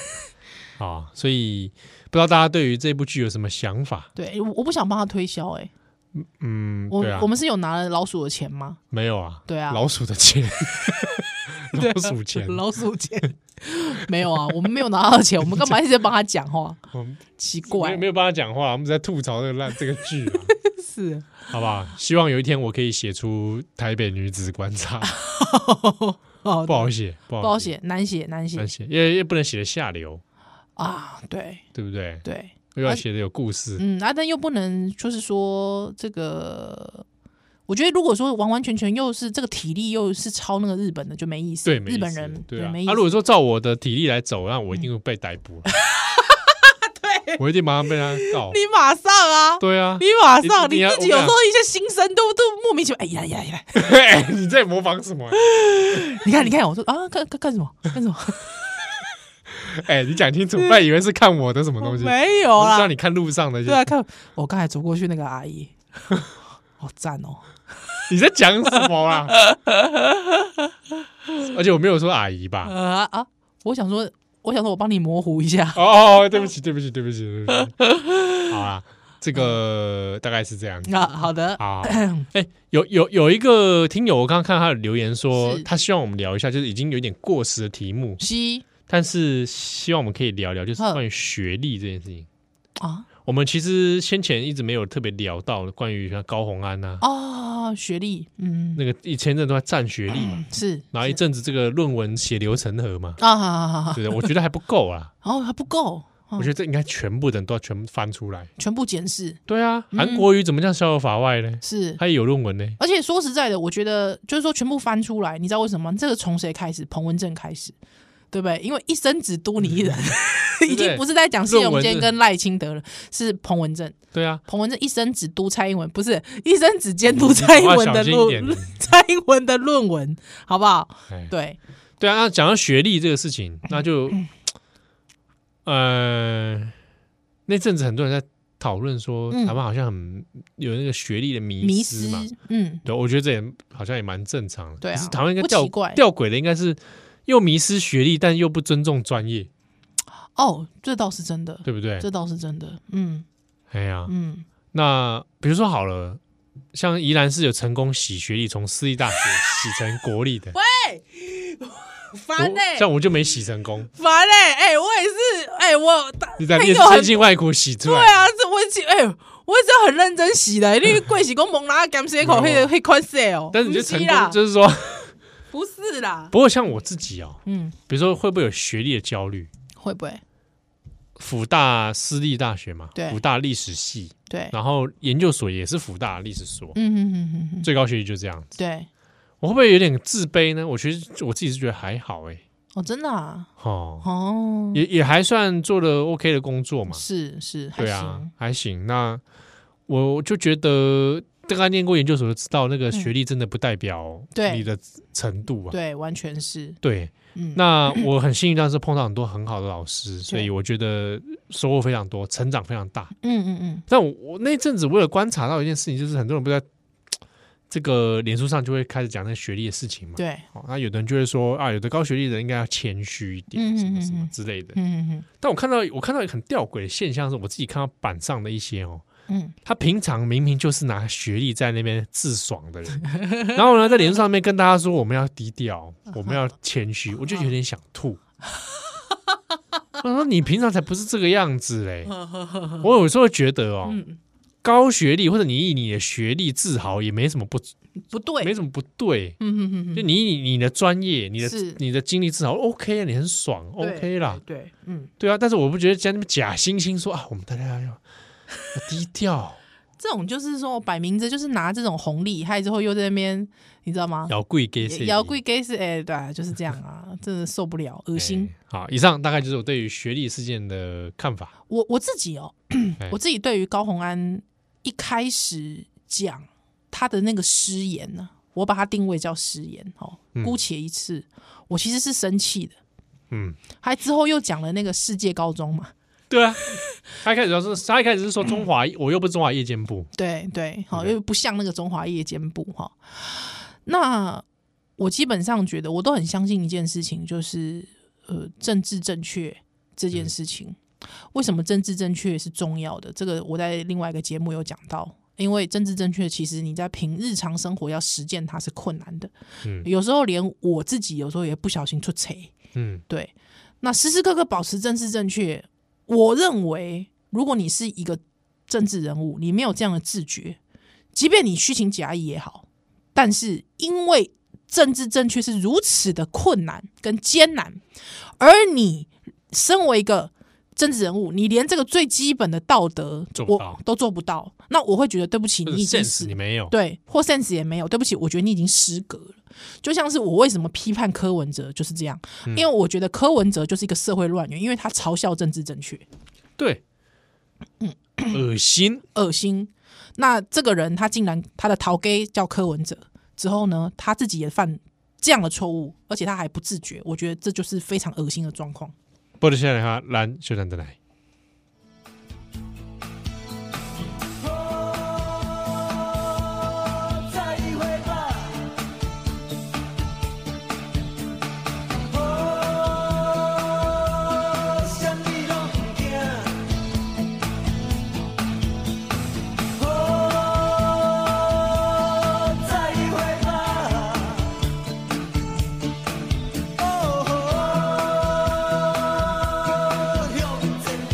啊，所以不知道大家对于这部剧有什么想法？
对，我我不想帮他推销，哎，
嗯，
我
对啊
我，们是有拿了老鼠的钱吗？
没有啊，
对啊
老鼠的 钱，老鼠钱，
老鼠钱 没有啊，我们没有拿到钱，我们干嘛一直在帮他讲话？
我们
奇
没
怪
有，没有帮他讲话，我们只在吐槽这个烂这个剧啊，
是
好不好？希望有一天我可以写出《台北女子观察》，
哦，
不好写，不
不好
好，
写，难写，难写
难写，也也不能写的下流，
啊，对
对不对？
对。
又要写的有故事，
嗯，啊，但又不能就是说这个，我觉得如果说完完全全又是这个体力又是超那个日本的，就没意思。
对，没
日
意
本
思
人
对啊
没意。思。嗯
啊，如果说照我的体力来走，那我一定会被逮 捕，对，我一定马上被他告
你，马上啊，
对啊
你。马
一
上
定
你
要
自己
我跟你
有
讲
时候一些心声都都莫名其妙，哎呀呀呀！
哎你在模仿什么啊？
你看你看，我说啊，干干干什么干什么？
哎，你讲清楚，不然以为是看 我的什么东西。
没有
我是
啦
让，你看路上的一些，
对啊，看我刚才走过去那个 阿姨，好赞哦。
你在讲什么啦？ 而且我没有说阿姨吧？
呃啊，我想说，我想说我帮你模糊一下。
哦，对不起，对不起，对不起，对不起。好啦，这个大概是这样。
啊，好的，
啊，哎，有有有一个听友，我刚刚看他的留言说，
是
他希望我们聊一下，就是已经有点过时的题目，
西
但是希望我们可以聊聊，就是
嗯
关于学历这件事情。
啊
我们其实先前一直没有特别聊到关于像高红安呐、
啊，学历，嗯，
那个以前阵都在占学历嘛，
是
然后一阵子这个论文血流成河嘛，
啊，好好好好
对不对？我觉得还不够啊，
然后还不够，
我觉得这应该全部的人都要全部翻出来。
全部检视
对啊，
嗯
韩国瑜怎么叫逍遥法外呢？
是。
他也有论文呢。
而且说实在的，我觉得就是说全部翻出来，你知道为什么吗？这个从谁开始？彭文正开始，对不对？因为一生只多你一 人，已经不是在讲谢
嗯
永
论文
坚
是
跟赖清德了，是彭文正。
对啊，
彭文正一生只读蔡英文，不是一生只监督蔡英文
你
的
讲话小心一点
论蔡英文的论文，好不好？
哎
对，
对啊，那讲到学历这个事
嗯
情，那就，呃，那阵子很多人在讨论说，
嗯
台湾好像很有那个学历的迷
迷
失
失
嘛。，
嗯，
对，我觉得这也好像也蛮正常的。
对啊
只是台湾应该
不
吊
奇怪
吊诡的应该是又迷失学历，但又不尊重专业，
哦，这倒是真的，
对不对
这？倒是真的，嗯
哎呀，
嗯，
那比如说好了，像宜兰是有成功洗学历，从私立大学洗成国立 的，
烦
我像我就没洗成功，
烦哎、哎、我也是，哎、我
你在
朋
你
友
也是
很
千辛万苦洗出
对
来。
啊，这我也是哎、我也是很认真洗的，因为贵洗工蒙拿甘洗口
没
会
有
会款式哦，
但是你就
不
成
啦
功，就是说，
不是啦，
不过像我自己哦，
嗯，
比如说会不会有学历的焦虑？
会不会？
辅大私立大学嘛，
对
辅大历史系，
对，
然后研究所也是辅大历史所，
嗯嗯嗯嗯嗯，
最高学历就这样。
对，
我会不会有点自卑呢？我其实我自己是觉得还好哎、
哦，真的啊，
哦，
哦，
也也还算做了 OK 的工作嘛，
是是，还
对啊
行，，
还行。那我就觉得，大概念过研究所的知道，那个学历真的不代表
嗯对
你的程度啊。
对，完全是，
对，
嗯，
那我很幸运，当时碰到很多很好的老师，所以我觉得收获非常多，成长非常大。
嗯嗯嗯，
但我我那阵子我有观察到一件事情，就是很多人不是在这个脸书上就会开始讲那个学历的事情嘛。
对，
哦，那有的人就会说啊，有的高学历的人应该要谦虚一点，
嗯
什么什
嗯嗯
么
嗯
之类的。
嗯嗯
但我看到我看到一个很吊诡的现象是，我自己看到板上的一些哦，
嗯
他平常明明就是拿学历在那边自爽的 人，然后呢在脸书上面跟大家说我们要低调，我们要谦 虚，我就有点想吐。我说你平常才不是这个样子 嘞！我有时候觉得哦，
嗯
高学历或者你以你的学历自豪也没什么不
嗯，不对，
没什么不对，
嗯嗯嗯嗯，
就你以你的专业、你的
是
你的经历自豪 OK 啊，你很爽 OK 啦，
对，对嗯，
对啊，但是我不觉得在那边假惺惺说啊，我们大家要要低 调，
这种就是说摆明着就是拿这种红利，害之后又在那边，你知道吗？
摇贵给谁？
摇柜 gay 是哎，对啊，就是这样啊，真的受不了，恶
哎
心。
好，以上大概就是我对于学历事件的看法。
我我自己哦， 我自己对于高洪安一开始讲他的那个失言呢、我把它定位叫失言哦，姑且一次，我其实是生气的。
嗯，
还之后又讲了那个世界高中嘛，
对 啊，他一开始说是，他一开始是说中
嗯
华，我又不是中华夜间部，
对对，好，
对
又不像那个中华夜间部哈。那我基本上觉得，我都很相信一件事情，就是呃，政治正确这件事情。为什么政治正确是重要的？这个我在另外一个节目有讲到。因为政治正确，其实你在平日常生活要实践它是困难的。
嗯
有时候连我自己有时候也不小心出错。
嗯
对，那时时刻刻保持政治正确，我认为，如果你是一个政治人物，你没有这样的自觉，即便你虚情假意也好，但是因为政治正确是如此的困难跟艰难，而你身为一个政治人物，你连这个最基本的道德
做不到
我都做不到，那我会觉得对不起
或
你
者
已经
sense
死
你没有，
对，或 sense 也没有。对不起，我觉得你已经失格了。就像是我为什么批判柯文哲就是这样，
嗯
因为我觉得柯文哲就是一个社会乱源，因为他嘲笑政治正确，
对， 恶心，
恶心。那这个人他竟然他的逃 gay 叫柯文哲之后呢，他自己也犯这样的错误，而且他还不自觉，我觉得这就是非常恶心的状况。
波多先生哈，蓝修兰的来。
再会吧，哦，什么拢不惊，哦，再会吧，哦，向前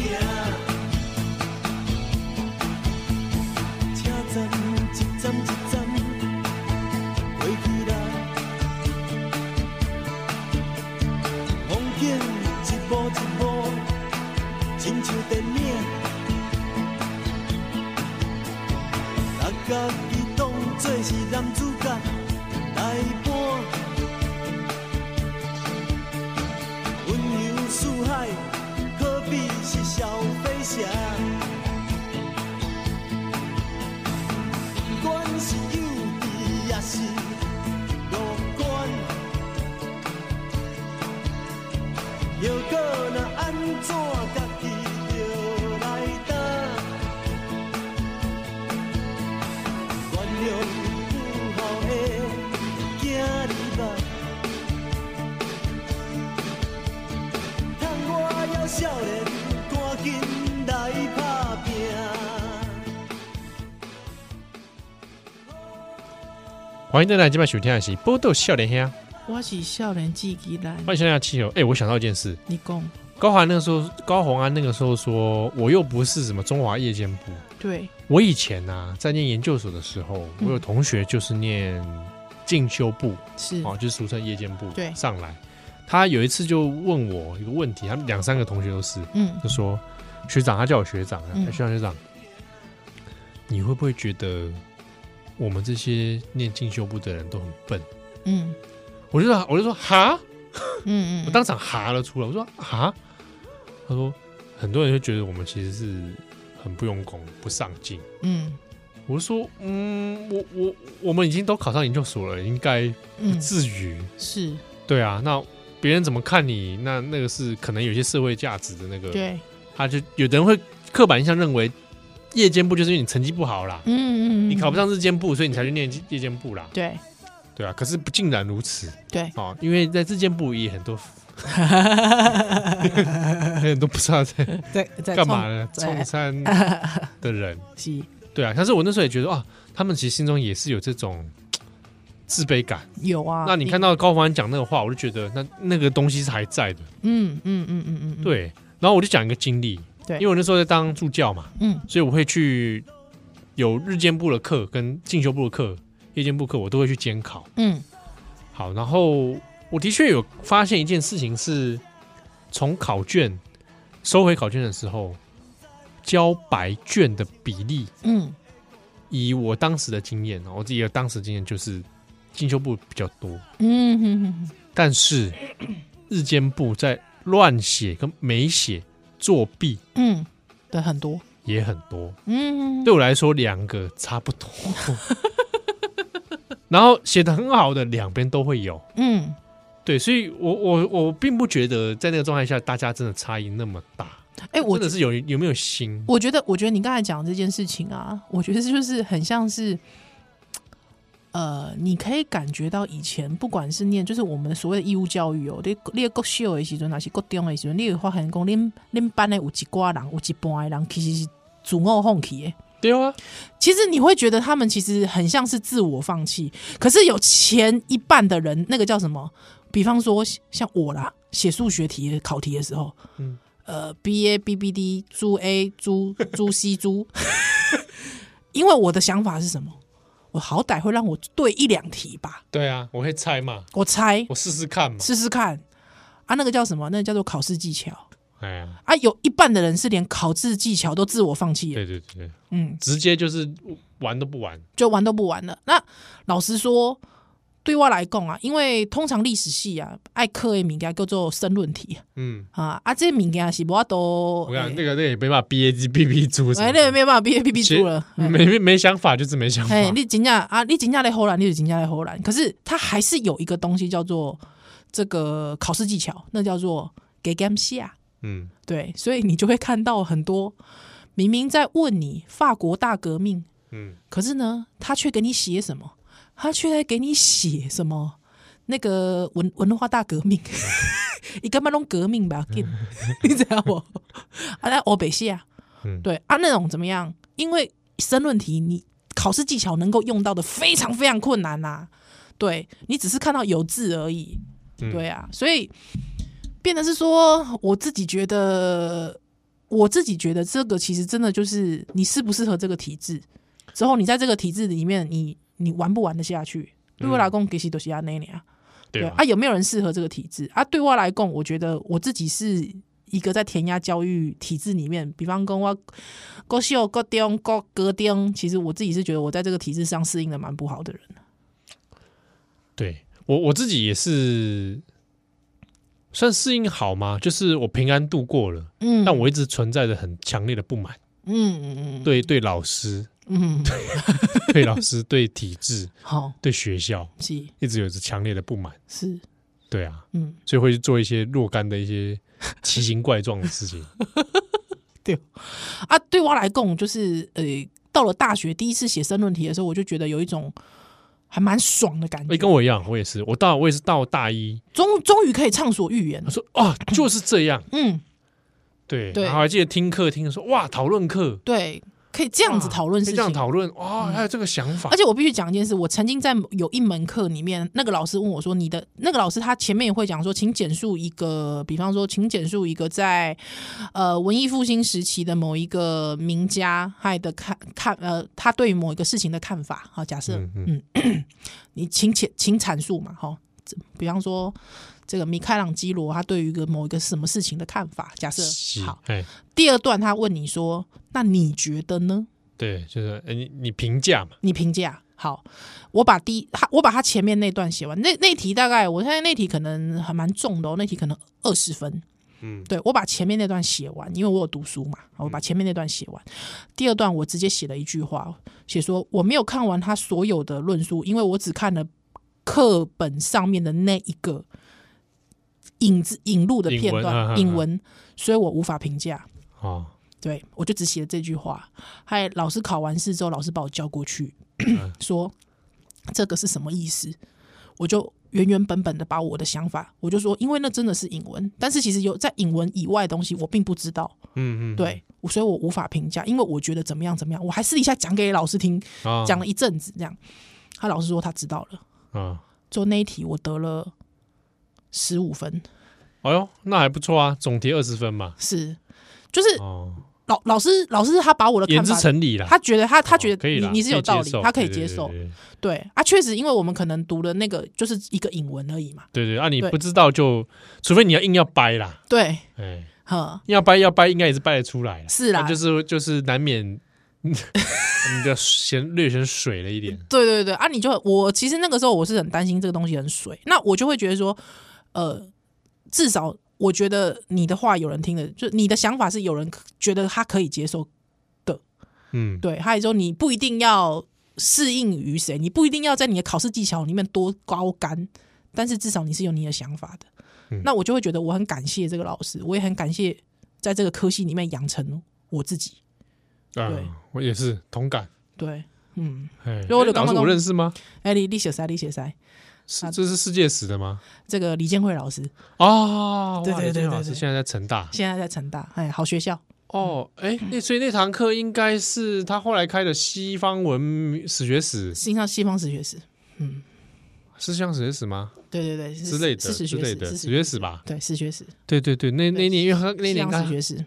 亲像电影，把家己当作是男主角来扮，温柔似海，可比是小飞侠。不管是幼稚，也是乐观。药果若安怎，家己着来担。原谅母后的囝儿吧，趁我还少年，赶紧来打拼。
欢迎再来，今晚收听的是《波豆笑脸香》，
我是少年记忆来，
欢迎笑脸气球。哎、我想到一件事，
你讲
高华那个时候，高宏安那个时候说，我又不是什么中华夜间部。
对，
我以前啊，在念研究所的时候，
嗯
我有同学就是念进修部，
是，
哦，就是俗称夜间部，
嗯对
上来，他有一次就问我一个问题，他们两三个同学都是，
嗯
就说学长，他叫我学长，
嗯
哎学长学长，你会不会觉得我们这些念进修部的人都很笨？
嗯
我就说，我就说哈，
嗯
我
嗯，
当场哈了出来，我说哈，他说很多人就觉得我们其实是很不用功、不上进。
嗯
我就说，嗯，我我我们已经都考上研究所了，应该不
嗯
至于。
是，
对啊，那别人怎么看你，那那个是可能有些社会价值的那个。，
对，
他就有的人会刻板印象认为，夜间部就是因为你成绩不好啦，
嗯嗯，
你考不上日间部，所以你才去念夜间部啦。
对
对啊，可是不尽然如此
嗯对，
哦，因为在日间部也很多 很多不知道在
在在
干嘛呢，
在
冲 山的人。
是
对啊，但是我那时候也觉得啊，他们其实心中也是有这种自卑感。
有啊，
那你看，到高凡讲那个话，我就觉得那那个东西是还在的。
嗯嗯嗯嗯嗯，嗯，
对，然后我就讲一个经历，
对
因为我那时候在当助教嘛，
嗯
所以我会去有日间部的课跟进修部的课、夜间部课，我都会去监考。
嗯
好，然后我的确有发现一件事情是，从考卷收回考卷的时候，交白卷的比例，
嗯
以我当时的经验，我自己的当时经验就是进修部比较多，
嗯嗯
但是日间部在乱写跟没写、作弊
嗯，对，很多，
也很多。
嗯，
对我来说，两个差不多。 然后写的很好的，两边都会有。
嗯
对，所以我我我并不觉得在那个状态下，大家真的差异那么大。
哎，我
真的是有有没有心？
我觉得，我觉得你刚才讲这件事情啊，我觉得就是很像是，呃，你可以感觉到以前不管是念，就是我们所谓的义务教育哦，你你国小的时阵，还是国中的时阵，你会发现讲，恁恁班的有一挂人，有一半的人其实是自我放弃的。
对啊，
其实你会觉得他们其实很像是自我放弃，可是有前一半的人，那个叫什么？比方说像我啦，写数学题考题的时候，
嗯
呃，B A B B D 猪 A 猪猪 C 猪， 因为我的想法是什么？我好歹会让我对一两题吧，
对啊，我会猜嘛，
我猜
我试试看嘛。
试试看啊，那个叫什么？那个叫做考试技巧
哎呀，
啊。有一半的人是连考试技巧都自我放弃了，
对对对，
嗯，
直接就是玩都不玩。
就玩都不玩了。那老实说，对我来讲啊，因为通常历史系啊，爱课的物件叫做申论题
嗯，
啊，啊，这物件是无都
我，跟你讲那个那个也没办法，B A G B B 猪什
哎，
么
那个
的，
没办法，逼逼逼住了。哎
没没没想法，就是没想法
哎、。你真正啊，你真正在荷兰，你就真正在荷兰。可是它还是有一个东西叫做这个考试技巧，那叫做给 game 下。
嗯，
对，所以你就会看到很多明明在问你法国大革命，
嗯，
可是呢，他却给你写什么？他却在给你写什么？那个文文化大革 命，你干嘛弄革命吧？紧你知道不？啊，那欧北西啊，
嗯
对啊，那种怎么样？因为申论题，你考试技巧能够用到的非常非常困难呐、对你只是看到有字而已，
嗯
对啊，所以变得是说，我自己觉得，我自己觉得这个其实真的就是你适不适合这个体制，之后你在这个体制里面，你你玩不玩得下去？对我来讲，其实都是阿那尼啊，
对
对
啊
啊，，有没有人适合这个体制啊？对我来讲，我觉得我自己是一个在填鸭教育体制里面，比方跟我国秀、国丁、国格丁，其实我自己是觉得我在这个体制上适应的蛮不好的人。
对我我自己也是算适应好吗？就是我平安度过了，
嗯，
但我一直存在着很强烈的不满，
嗯嗯嗯
对对老师、
嗯，
对老师、对体制、
好
对学校，
是
一直有着强烈的不满。
是
对啊，
嗯
所以会去做一些若干的一些奇形怪状的事情。
啊，对我来讲就是呃，到了大学第一次写申论题的时候，我就觉得有一种还蛮爽的感
哎、
觉，
跟我一样，我也是，我到我也是到大一，
终终于可以畅所欲言
我。说啊，就是这样。
嗯，
对，
对
然后还记得听课听说哇，讨论课
对，可以这
这
样子讨论事
这样
情。嗯
讨论哇，还有这个想法
而，且我必须讲一件事，我曾经在某有一门课里面，那个老师问我说：“你的那个老师他前面也会讲说，请简述一个，比方说，请简述一个在呃文艺复兴时期的某一个名家他的看看呃他对于某一个事情的看法。好，假设
嗯嗯
嗯你请简请阐述嘛，哈，这比方说这个米开朗基罗他对于一个某一个什么事情的看法，假设
是
好，，
哎，
第二段他问你说：那你觉得呢？
对，就是哎你你评价嘛，
你评价好，我把第一，他我把他前面那段写完，那那题大概我现在那题可能还蛮重的哦，那题可能二十分。
嗯，
对我把前面那段写完，因为我有读书嘛，我把前面那段写完。第二段我直接写了一句话，写说我没有看完他所有的论述，因为我只看了课本上面的那一个引子引录的
引
片
文啊啊啊
段引文，所以我无法评价。
哦，
对我就只写了这句话。嗨，老师考完试之后，老师把我叫过 去，说这个是什么意思？我就原原本本的把我的想法，我就说，因为那真的是引文，但是其实有在引文以外的东西，我并不知道，
嗯嗯，
对，我所以我无法评价，因为我觉得怎么样怎么样，我还私底下讲给老师听，
啊，
讲了一阵子这样，他老师说他知道了，
啊，
就那一题我得了十五分，
哎呦，那还不错啊，总题二十分嘛，
是，就是
哦，
老老师老师他把我的
言
看
之
法。
成理啦，
他觉得他他
哦
觉得
可以
你、
啦
你是有道理
接受，
他可以
对
接
对
受，
对对
对啊，确实，因为我们可能读的那个就是一个引文而已嘛，
对对，啊，你
对
不知道就，除非你要硬要掰啦，
对，
哎，
呵，
硬要掰要掰，应该也是掰得出来啦，
是啦
但啊就是就是难免， 你的嫌略显水了一点，
对对对啊，你就我其实那个时候我是很担心这个东西很水，那我就会觉得说，呃，至少我觉得你的话有人听的，就你的想法是有人可觉得他可以接受，
嗯，
对，还有说你不一定要适应于谁，你不一定要在你的考试技巧里面多高干，但是至少你是有你的想法的。
嗯
那我就会觉得我很感谢这个老师，我也很感谢在这个科系里面养成我自己。对
啊，我也是同感，
对，嗯，
哎，
所以我就刚
老师
刚啊
我认识吗？
哎，你你写塞，你写塞，
是这是世界史的吗？
这个李建慧老师
啊，哇
对对
李
对
建
对
老师
对
现在在成大
现在在成大，哎，好学校，
哦，哎，
嗯
那所以那堂课应该是他后来开的西方文明史学史、
新上西方史学史，
思想史学史吗
对对对，
之
之
类的
是史
之
学
类
史
的
是
史学史吧？
对，史学史，
对对对，那那
对
年因为他那
西
年
洋史
刚
学史，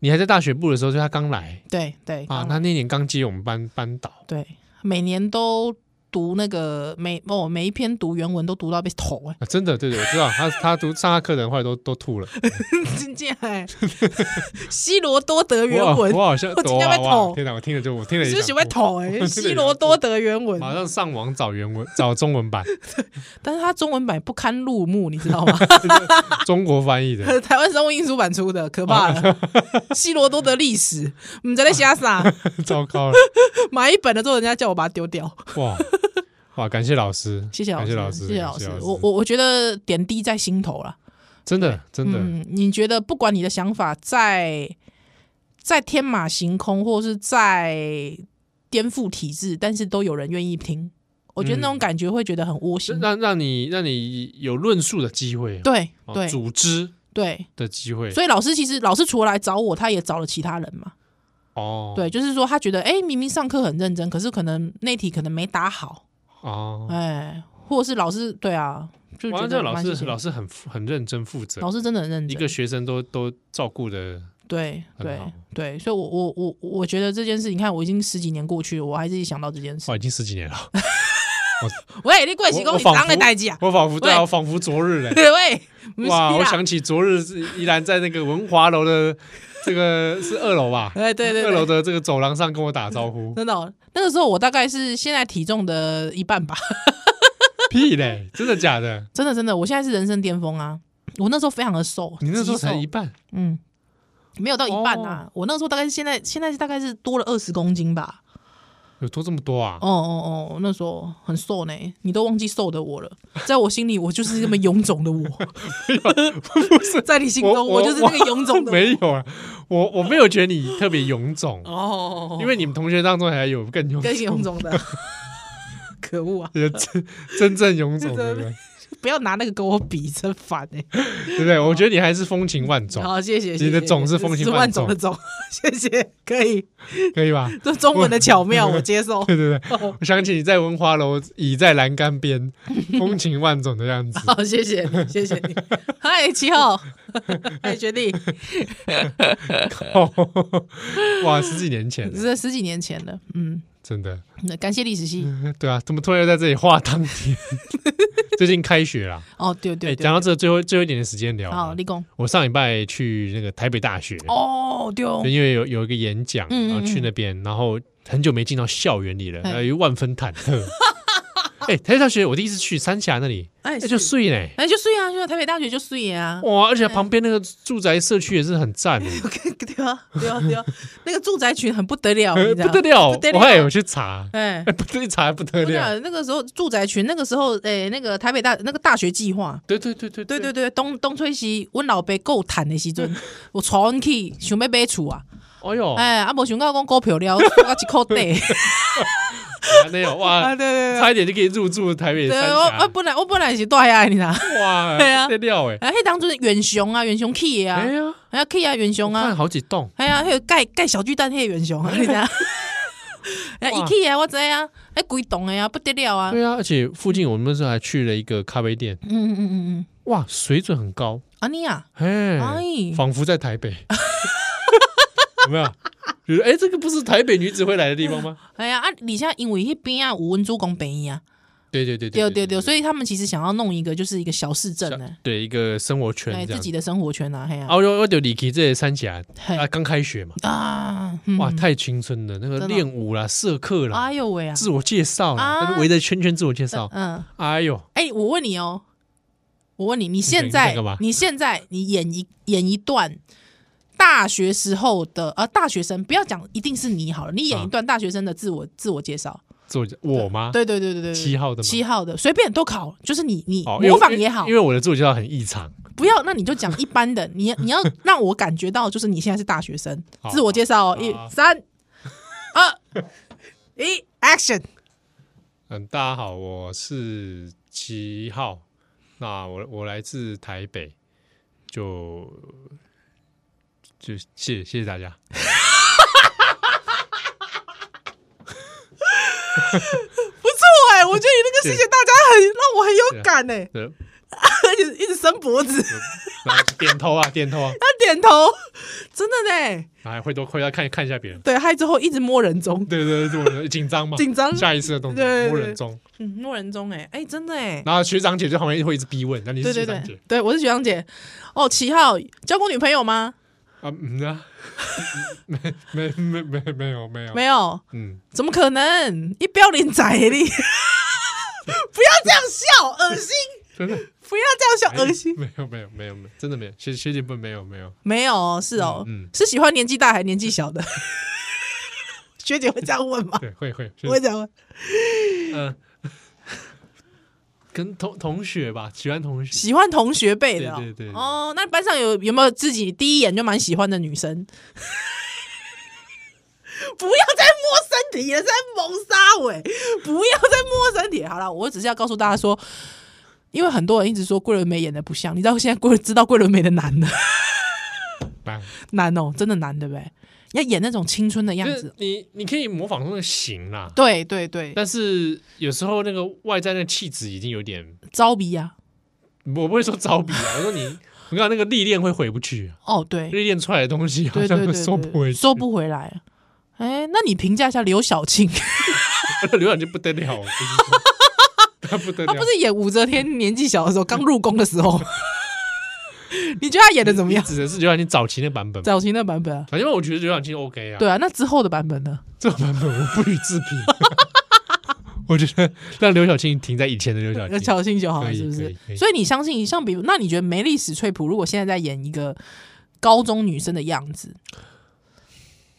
你还在大学部的时候，就他刚来
对对
啊，
刚
他那年刚接我们班班导，
对，每年都读那个每哦每一篇读原文都读到被头哎、
啊，真的，对对，我知道他他读上他课的人后来都都吐了，
真 的哎、希罗多德原
我
文，
我好像
我今天
哇
被
哇
吐
天哪，我听了就我听了
你
也
是
想
不
吐，
是喜欢啊头哎、
我真的
希罗多德原文，
马上上网找原文找中文版
但是他中文版不堪入目，你知道 吗？
中国翻译的，
台湾商务印书版出的，可怕了。希罗多德历史，你在那瞎傻，
糟糕了，
买一本了之后，人家叫我把它丢掉。
哇哇，感谢老师，
谢谢老
感
师，
谢老师，
谢谢
感
老师。我我我觉得点滴在心头了。
真的真的，
嗯，你觉得不管你的想法在在天马行空，或是在颠覆体制，但是都有人愿意听，我觉得那种感觉会觉得很窝心。
让让你让你有论述的机会，
对
哦
对
组织
对，
的机会，
所以老师其实老师除了来找我，他也找了其他人嘛。
哦，
对，就是说他觉得，哎、明明上课很认真，可是可能那题可能没答好，
哦，
哎，或者是老师对啊，就
哇，
觉
这
得
老
蛮谢
师
谢
老师很负很认真负责
老，师真的很认
一
真
个，学生都都照顾的，
对
很
对
好
对，所以我我我我觉得这件事，你看我已经十几年过去了，我还是一想到这件事
哇，，已经十几年了，
喂，你贵
哦
是
我
讲
我
你
仿
当的
佛
代志啊？
我仿佛对
喂
啊，我仿佛昨日嘞，
对喂，不是啊
哇！我
啦
想起昨日是依然在那个文华楼的这个是二楼吧？
哎 对对对
二楼的这个走廊上跟我打招呼，
真的哦、那个时候我大概是现在体重的一半吧，
屁嘞，真的假的？
真的真的，我现在是人生巅峰啊！我那时候非常的瘦，
你那时候
极瘦
才一哦半，
嗯，没有到一半啊。我那时候大概是现在现在大概是多了二十公斤吧。
有多这么多啊？
哦哦哦，那时候很瘦呢，你都忘记瘦的我了，在我心里我就是那么臃肿的我，在你心中
我
我
我
就是那个臃肿的我。
没有啊，我我没有觉得你特别臃肿，
哦，
因为你们同学当中还有更臃
更臃
肿
肿的，可恶啊！
的， 真真正臃肿的人，
不要拿那个跟我比，真烦哎、
对不对？我觉得你还是风情万种，
好，谢谢。谢谢
你的种是风情
是万
万
种
种
的种， 谢谢，可以。
可以吧？
这中文的巧妙，我接受。
对对
哦
对，我想起你在文华楼倚在栏杆 边，风情万种的样子。
好，谢谢你，谢谢你。嗨，七 号，嗨，学弟，
哇，十几年前，
这十几年前了，嗯，
真的，
那感谢历史系。
对啊，怎么突然又在这里画当天？ 最近开学啦，
哦，对对
哎，
对
讲，到这最后最后一点的时间聊
好，
啊，
立功。
我上礼拜去那个台北大学，
哦，对哦，
因为有有一个演讲，
嗯嗯
然后去那边，然后很久没进到校园里了，
哎
然后又万分 忐忑。哎，台北大学我第一次去三峡那里，
哎
那就，睡嘞，
哎，就睡啊，就台北大学就睡啊。
哇！而且旁边那个住宅社区也是很赞的。
对啊，对啊，对啊，那个住宅群很不 得了，你
呃
知道
不得了，
不得了
我还有去查，
哎
哎，。不 对，查不得
不
了，
了，那个时候住宅群，那个时候，哎，那个台北大那个大学计划，
对对对对
对对对，东东吹西，阮老爸够趁的时阵， 我带阮去想要买厝啊，
哎呦，
哎，啊，无想到讲股票了，我一 口袋。
没有 哇，
啊对
差一点就可以入住台北
哎对
三
我我
峡，
本来我本来是住遐，你知道？
哇，
对啊
不得了哎，
啊，迄当初远雄啊，远雄去的啊
哎，呀，
哎呀去啊，远
我
雄
看
啊，
好几栋，
哎呀，迄个盖盖小巨蛋迄个远雄啊， 你 知道？哎，伊去啊，我知啊，哎，规栋的啊，不得了啊！嗯
对啊，而且附近我们那时候还去了一个咖啡店，
嗯嗯嗯嗯，
哇，水准很高，
啊你啊，
哎
哎，
仿佛在台北， 有没有？觉得哎，这个不是台北女子会来的地 方吗？
哎呀啊，而且因为迄边啊有文主公病院啊，
对对对
对
对
对对，所
以
以他们其实想要弄一个就是一个小市镇呢，
对一个生活圈
哎，
这
自
样
己。的生活圈啊，嘿
啊，
啊，
我就我就离开这三峡
嘿
啊，刚开学嘛，
啊，
哇，
嗯
太青春了！那个
真的
练舞啦、社课啦、
哎呦喂啊，
自我介绍啦，
啊
但是围着圈圈自我介绍。
嗯。
哎呦，
哎，我问你哦，我问你，你现
你
在
想干嘛
你现在你演一演一段大学时候的呃大学生，不要讲一定是你好了，你演一
啊
段大学生的自我自我介绍，
自我介我吗？
对对对对对，对
七号的吗
七号的随便都考，就是你你
哦，因为
模仿也好
因为，因为我的自我介绍很异常。
不要那你就讲一般的， 你你要让我感觉到就是你现在是大学生，
好
自我介绍哦，
好
一
好
三二一 action，
嗯，大家好，我是七号，那我我来自台北，就就谢谢谢大家。
不错哎，我觉得你那个谢谢大家很让我很有感哎，
对，啊
而且一直伸脖子。
然后点头啊，点头啊，哎
他 点头，真的呢。
然后会多会要看看一下别人。
对，还之后一直摸人中，
对对对对，紧张嘛，
紧张
下一次的动作
对对对
摸人中，
嗯，摸人中、哎，哎，真的哎。
然后学长姐就旁边会一直逼问，那你
对
是
对
学长姐
对，对，我是学长姐。哦，七号交过女朋友吗？
啊，嗯啊，没没没没没有没有，
没有，
嗯，
怎么可能？一标零仔你，不 要这样笑，恶心！
真的
不要这样笑，恶心。
没有没有没有没有，真的没有，学学姐不没有没有，
没有哦，是哦，
嗯嗯
是喜欢年纪大还是年纪小的？ 学姐会这样问吗？
对，会会，
我会这样问，
嗯， 跟同同学吧，喜欢同学，
喜欢同学辈的、哦，
对对对对
哦，那班上有有没有自己第一眼就蛮喜欢的女生？ 不要再摸身体了，在谋杀我！欸不要再摸身体。好了，我只是要告诉大家说，因为很多人一直说桂纶镁演的不像，你知道现在桂知道桂纶镁的难的
班
难哦，真的难，对不对？要演那种青春的样
就是
子，
你你可以模仿那个型啦，
对对对，
但是有时候那个外在那个气质已经有点，
招啊逼呀、
我不会说招比啊，我说你，我讲那个历练会回不去啊，
哦，对
历练出来的东西 好
对对
像
对
会
对，
收不回去，
收不回来。哎，那你评价一下刘晓庆？
流感就不得了，我跟你说他不得
他
了，
不是演武则天年纪小的时候，刚入宫的时候， 你觉得他演的怎么样
你？指的是刘晓庆早期的版本吗。
早期那版本啊，
反正我觉得刘晓庆 OK 啊，
对啊，那之后的版本呢？
这个版本我不予置评。 我觉得让刘晓庆停在以前的刘晓庆，
要侥幸就好
啊可
了，
以
是不是
可以可以？
所以你相信，像比如，那你觉得梅丽史翠普如果现在在演一个高中女生的样子，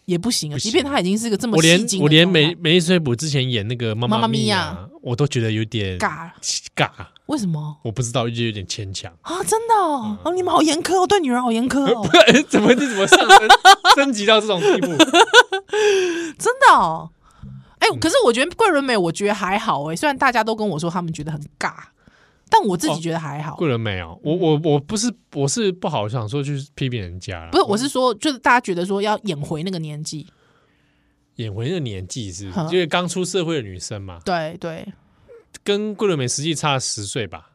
也不行啊，
不行
即便她已经是个这么
我连
吸睛的
我连
状态
梅梅丽翠普之前演那个妈
妈妈咪
咪
呀
呀，我都觉得有点
尬，
尬，
为什么
我不知道，就有点牵 强。
啊？真的
嗯
哦，哦，你们好严苛哦，对女人好严苛哦，
哎怎么你怎么上升升级到这种 地步？
真的哦。
嗯
哎、可是我觉得桂纶镁，我觉得还好哎、虽然大家都跟我说他们觉得很尬，但我自己觉得还好。
哦桂纶镁哦，我我我不是我是不好想说去批评人家啦，
不是，我是说，就是大家觉得说要演回那个年纪，
演回那个年纪是不是，
哼
因为刚出社会的女生嘛，
对对，
跟桂纶镁实际差了十岁吧，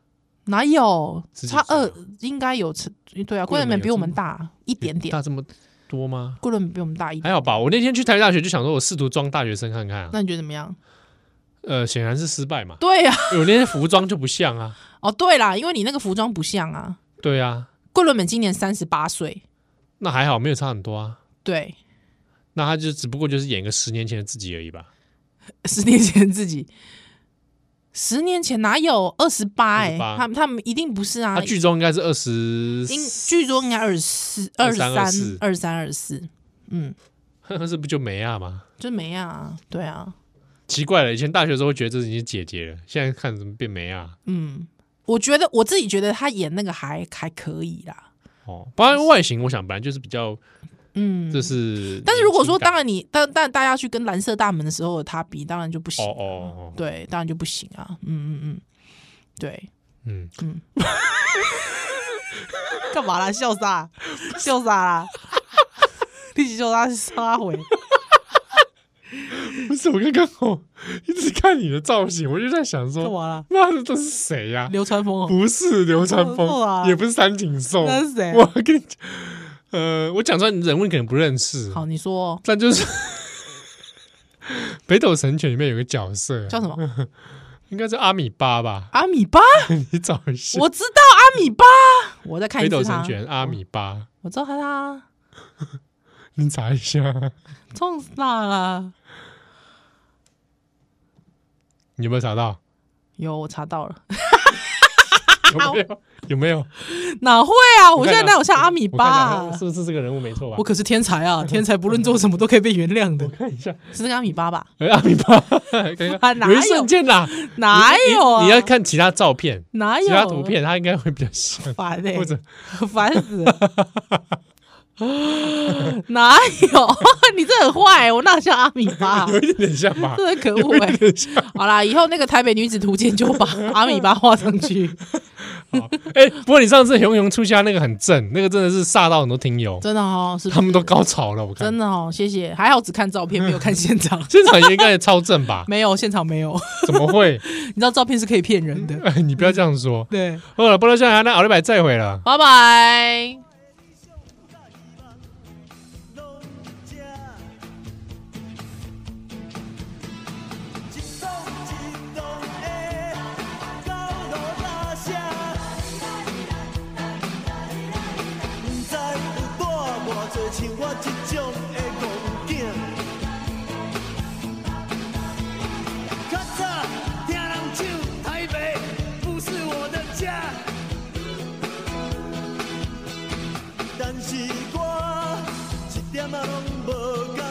哪有
十几
差
岁
二
啊
应该有差，对啊，
桂
桂
纶镁
纶镁
有
比我们大哎一点点，
大这么多吗？
桂纶镁比我们大一点，
还好吧，我那天去台北大学就想说，我试图装大学生看看啊，
那你觉得怎么样？
呃，显然是失败嘛，哎
对啊，
因为我那天服装就不像啊，
哦对啦，因为你那个服装不像啊，
对啊，
桂纶镁今年三十八岁，
那还好没有差很多啊，
对，
那他就只不过就是演个十年前的自己而已吧，
十年前自己。十年前哪有二十八？哎，
28
他他们一定不是啊
他，剧中应该是二十，
应剧中应该二四、二
23
三、
24
二三、二四，嗯，
是不就没啊嘛？
就没啊，对啊，
奇怪了，以前大学的时候会觉得这已经是姐姐了，现在看怎么变没啊？
嗯，我觉得我自己觉得他演那个还还可以啦，
哦，包括外形，我想本来就是比较，
嗯，
就是，
但是如果说当
然，
然你但但大家去跟蓝色大门的时候的他比，当然就不行
哦哦
啊、
哦，哦
对，当然就不行啊，嗯嗯嗯，对，
嗯，
干嘛啦？笑啥？ 笑啥啦？ 立即笑啊啥？杀回？
不是，我刚刚我一直看你的造型，我就在想
干
说，
嘛啦？
妈的，这是谁呀、
流川枫哦，
不是流川
哦是
枫，
啊
也不是三井寿，
那是 谁啊
我跟你讲，呃，我讲出来你人物你可能不认识，
好，你说哦
但就是北斗神拳里面有个角色
叫什么？
应该是阿米巴吧？
阿米巴？
你找一下，
我知道阿米巴，我再看
北
一
斗
次
神
他，
拳阿米巴，
我知道他啦，
你查一下，
冲死他啦！
你有没有查到？
有，我查到了，
有没有？有没有？
哪会啊？我
看一
现在
下
哪有像阿米巴、
我看一下
啊
是？不是这个人物没错吧
我？可是天才啊！天才不论做什么都可以被原谅的
我，看一下，
是那个阿米巴吧？
哎，阿米巴， 看一
啊
下，
哪
有
有
一瞬间啦，
哪
你
有啊？哎
你要看其他照片、
哪有
其
啊
他图？片，他应该会比较像，
烦嘞、
或者
烦死了！ 哪有？ 你这很坏、欸我哪像阿米 巴、
有一点点像吧，
真的可恶哎、
有点像。
好啦，以后那个台北女子图鉴就把 阿米巴画上去，
哎，不过你上次熊熊出家那个很正，那个真的是煞到很多听友，
真的哦，是不是
他们都高潮了，我看，
真。的哦，谢谢。还好只看照片，没有看现场？
现场应该也超正吧
没有现场没有。
怎么会？
你知道照片是可以骗 人的，
哎，你不要这样说。
对。
好了，波多笑牙，那奥利百再会了。
拜拜。
拢这一栋一栋的高楼大厦，不知有带偌多像我这种的戆囝。较早听人唱台北不是我的家，哦但是我。一点仔拢无改。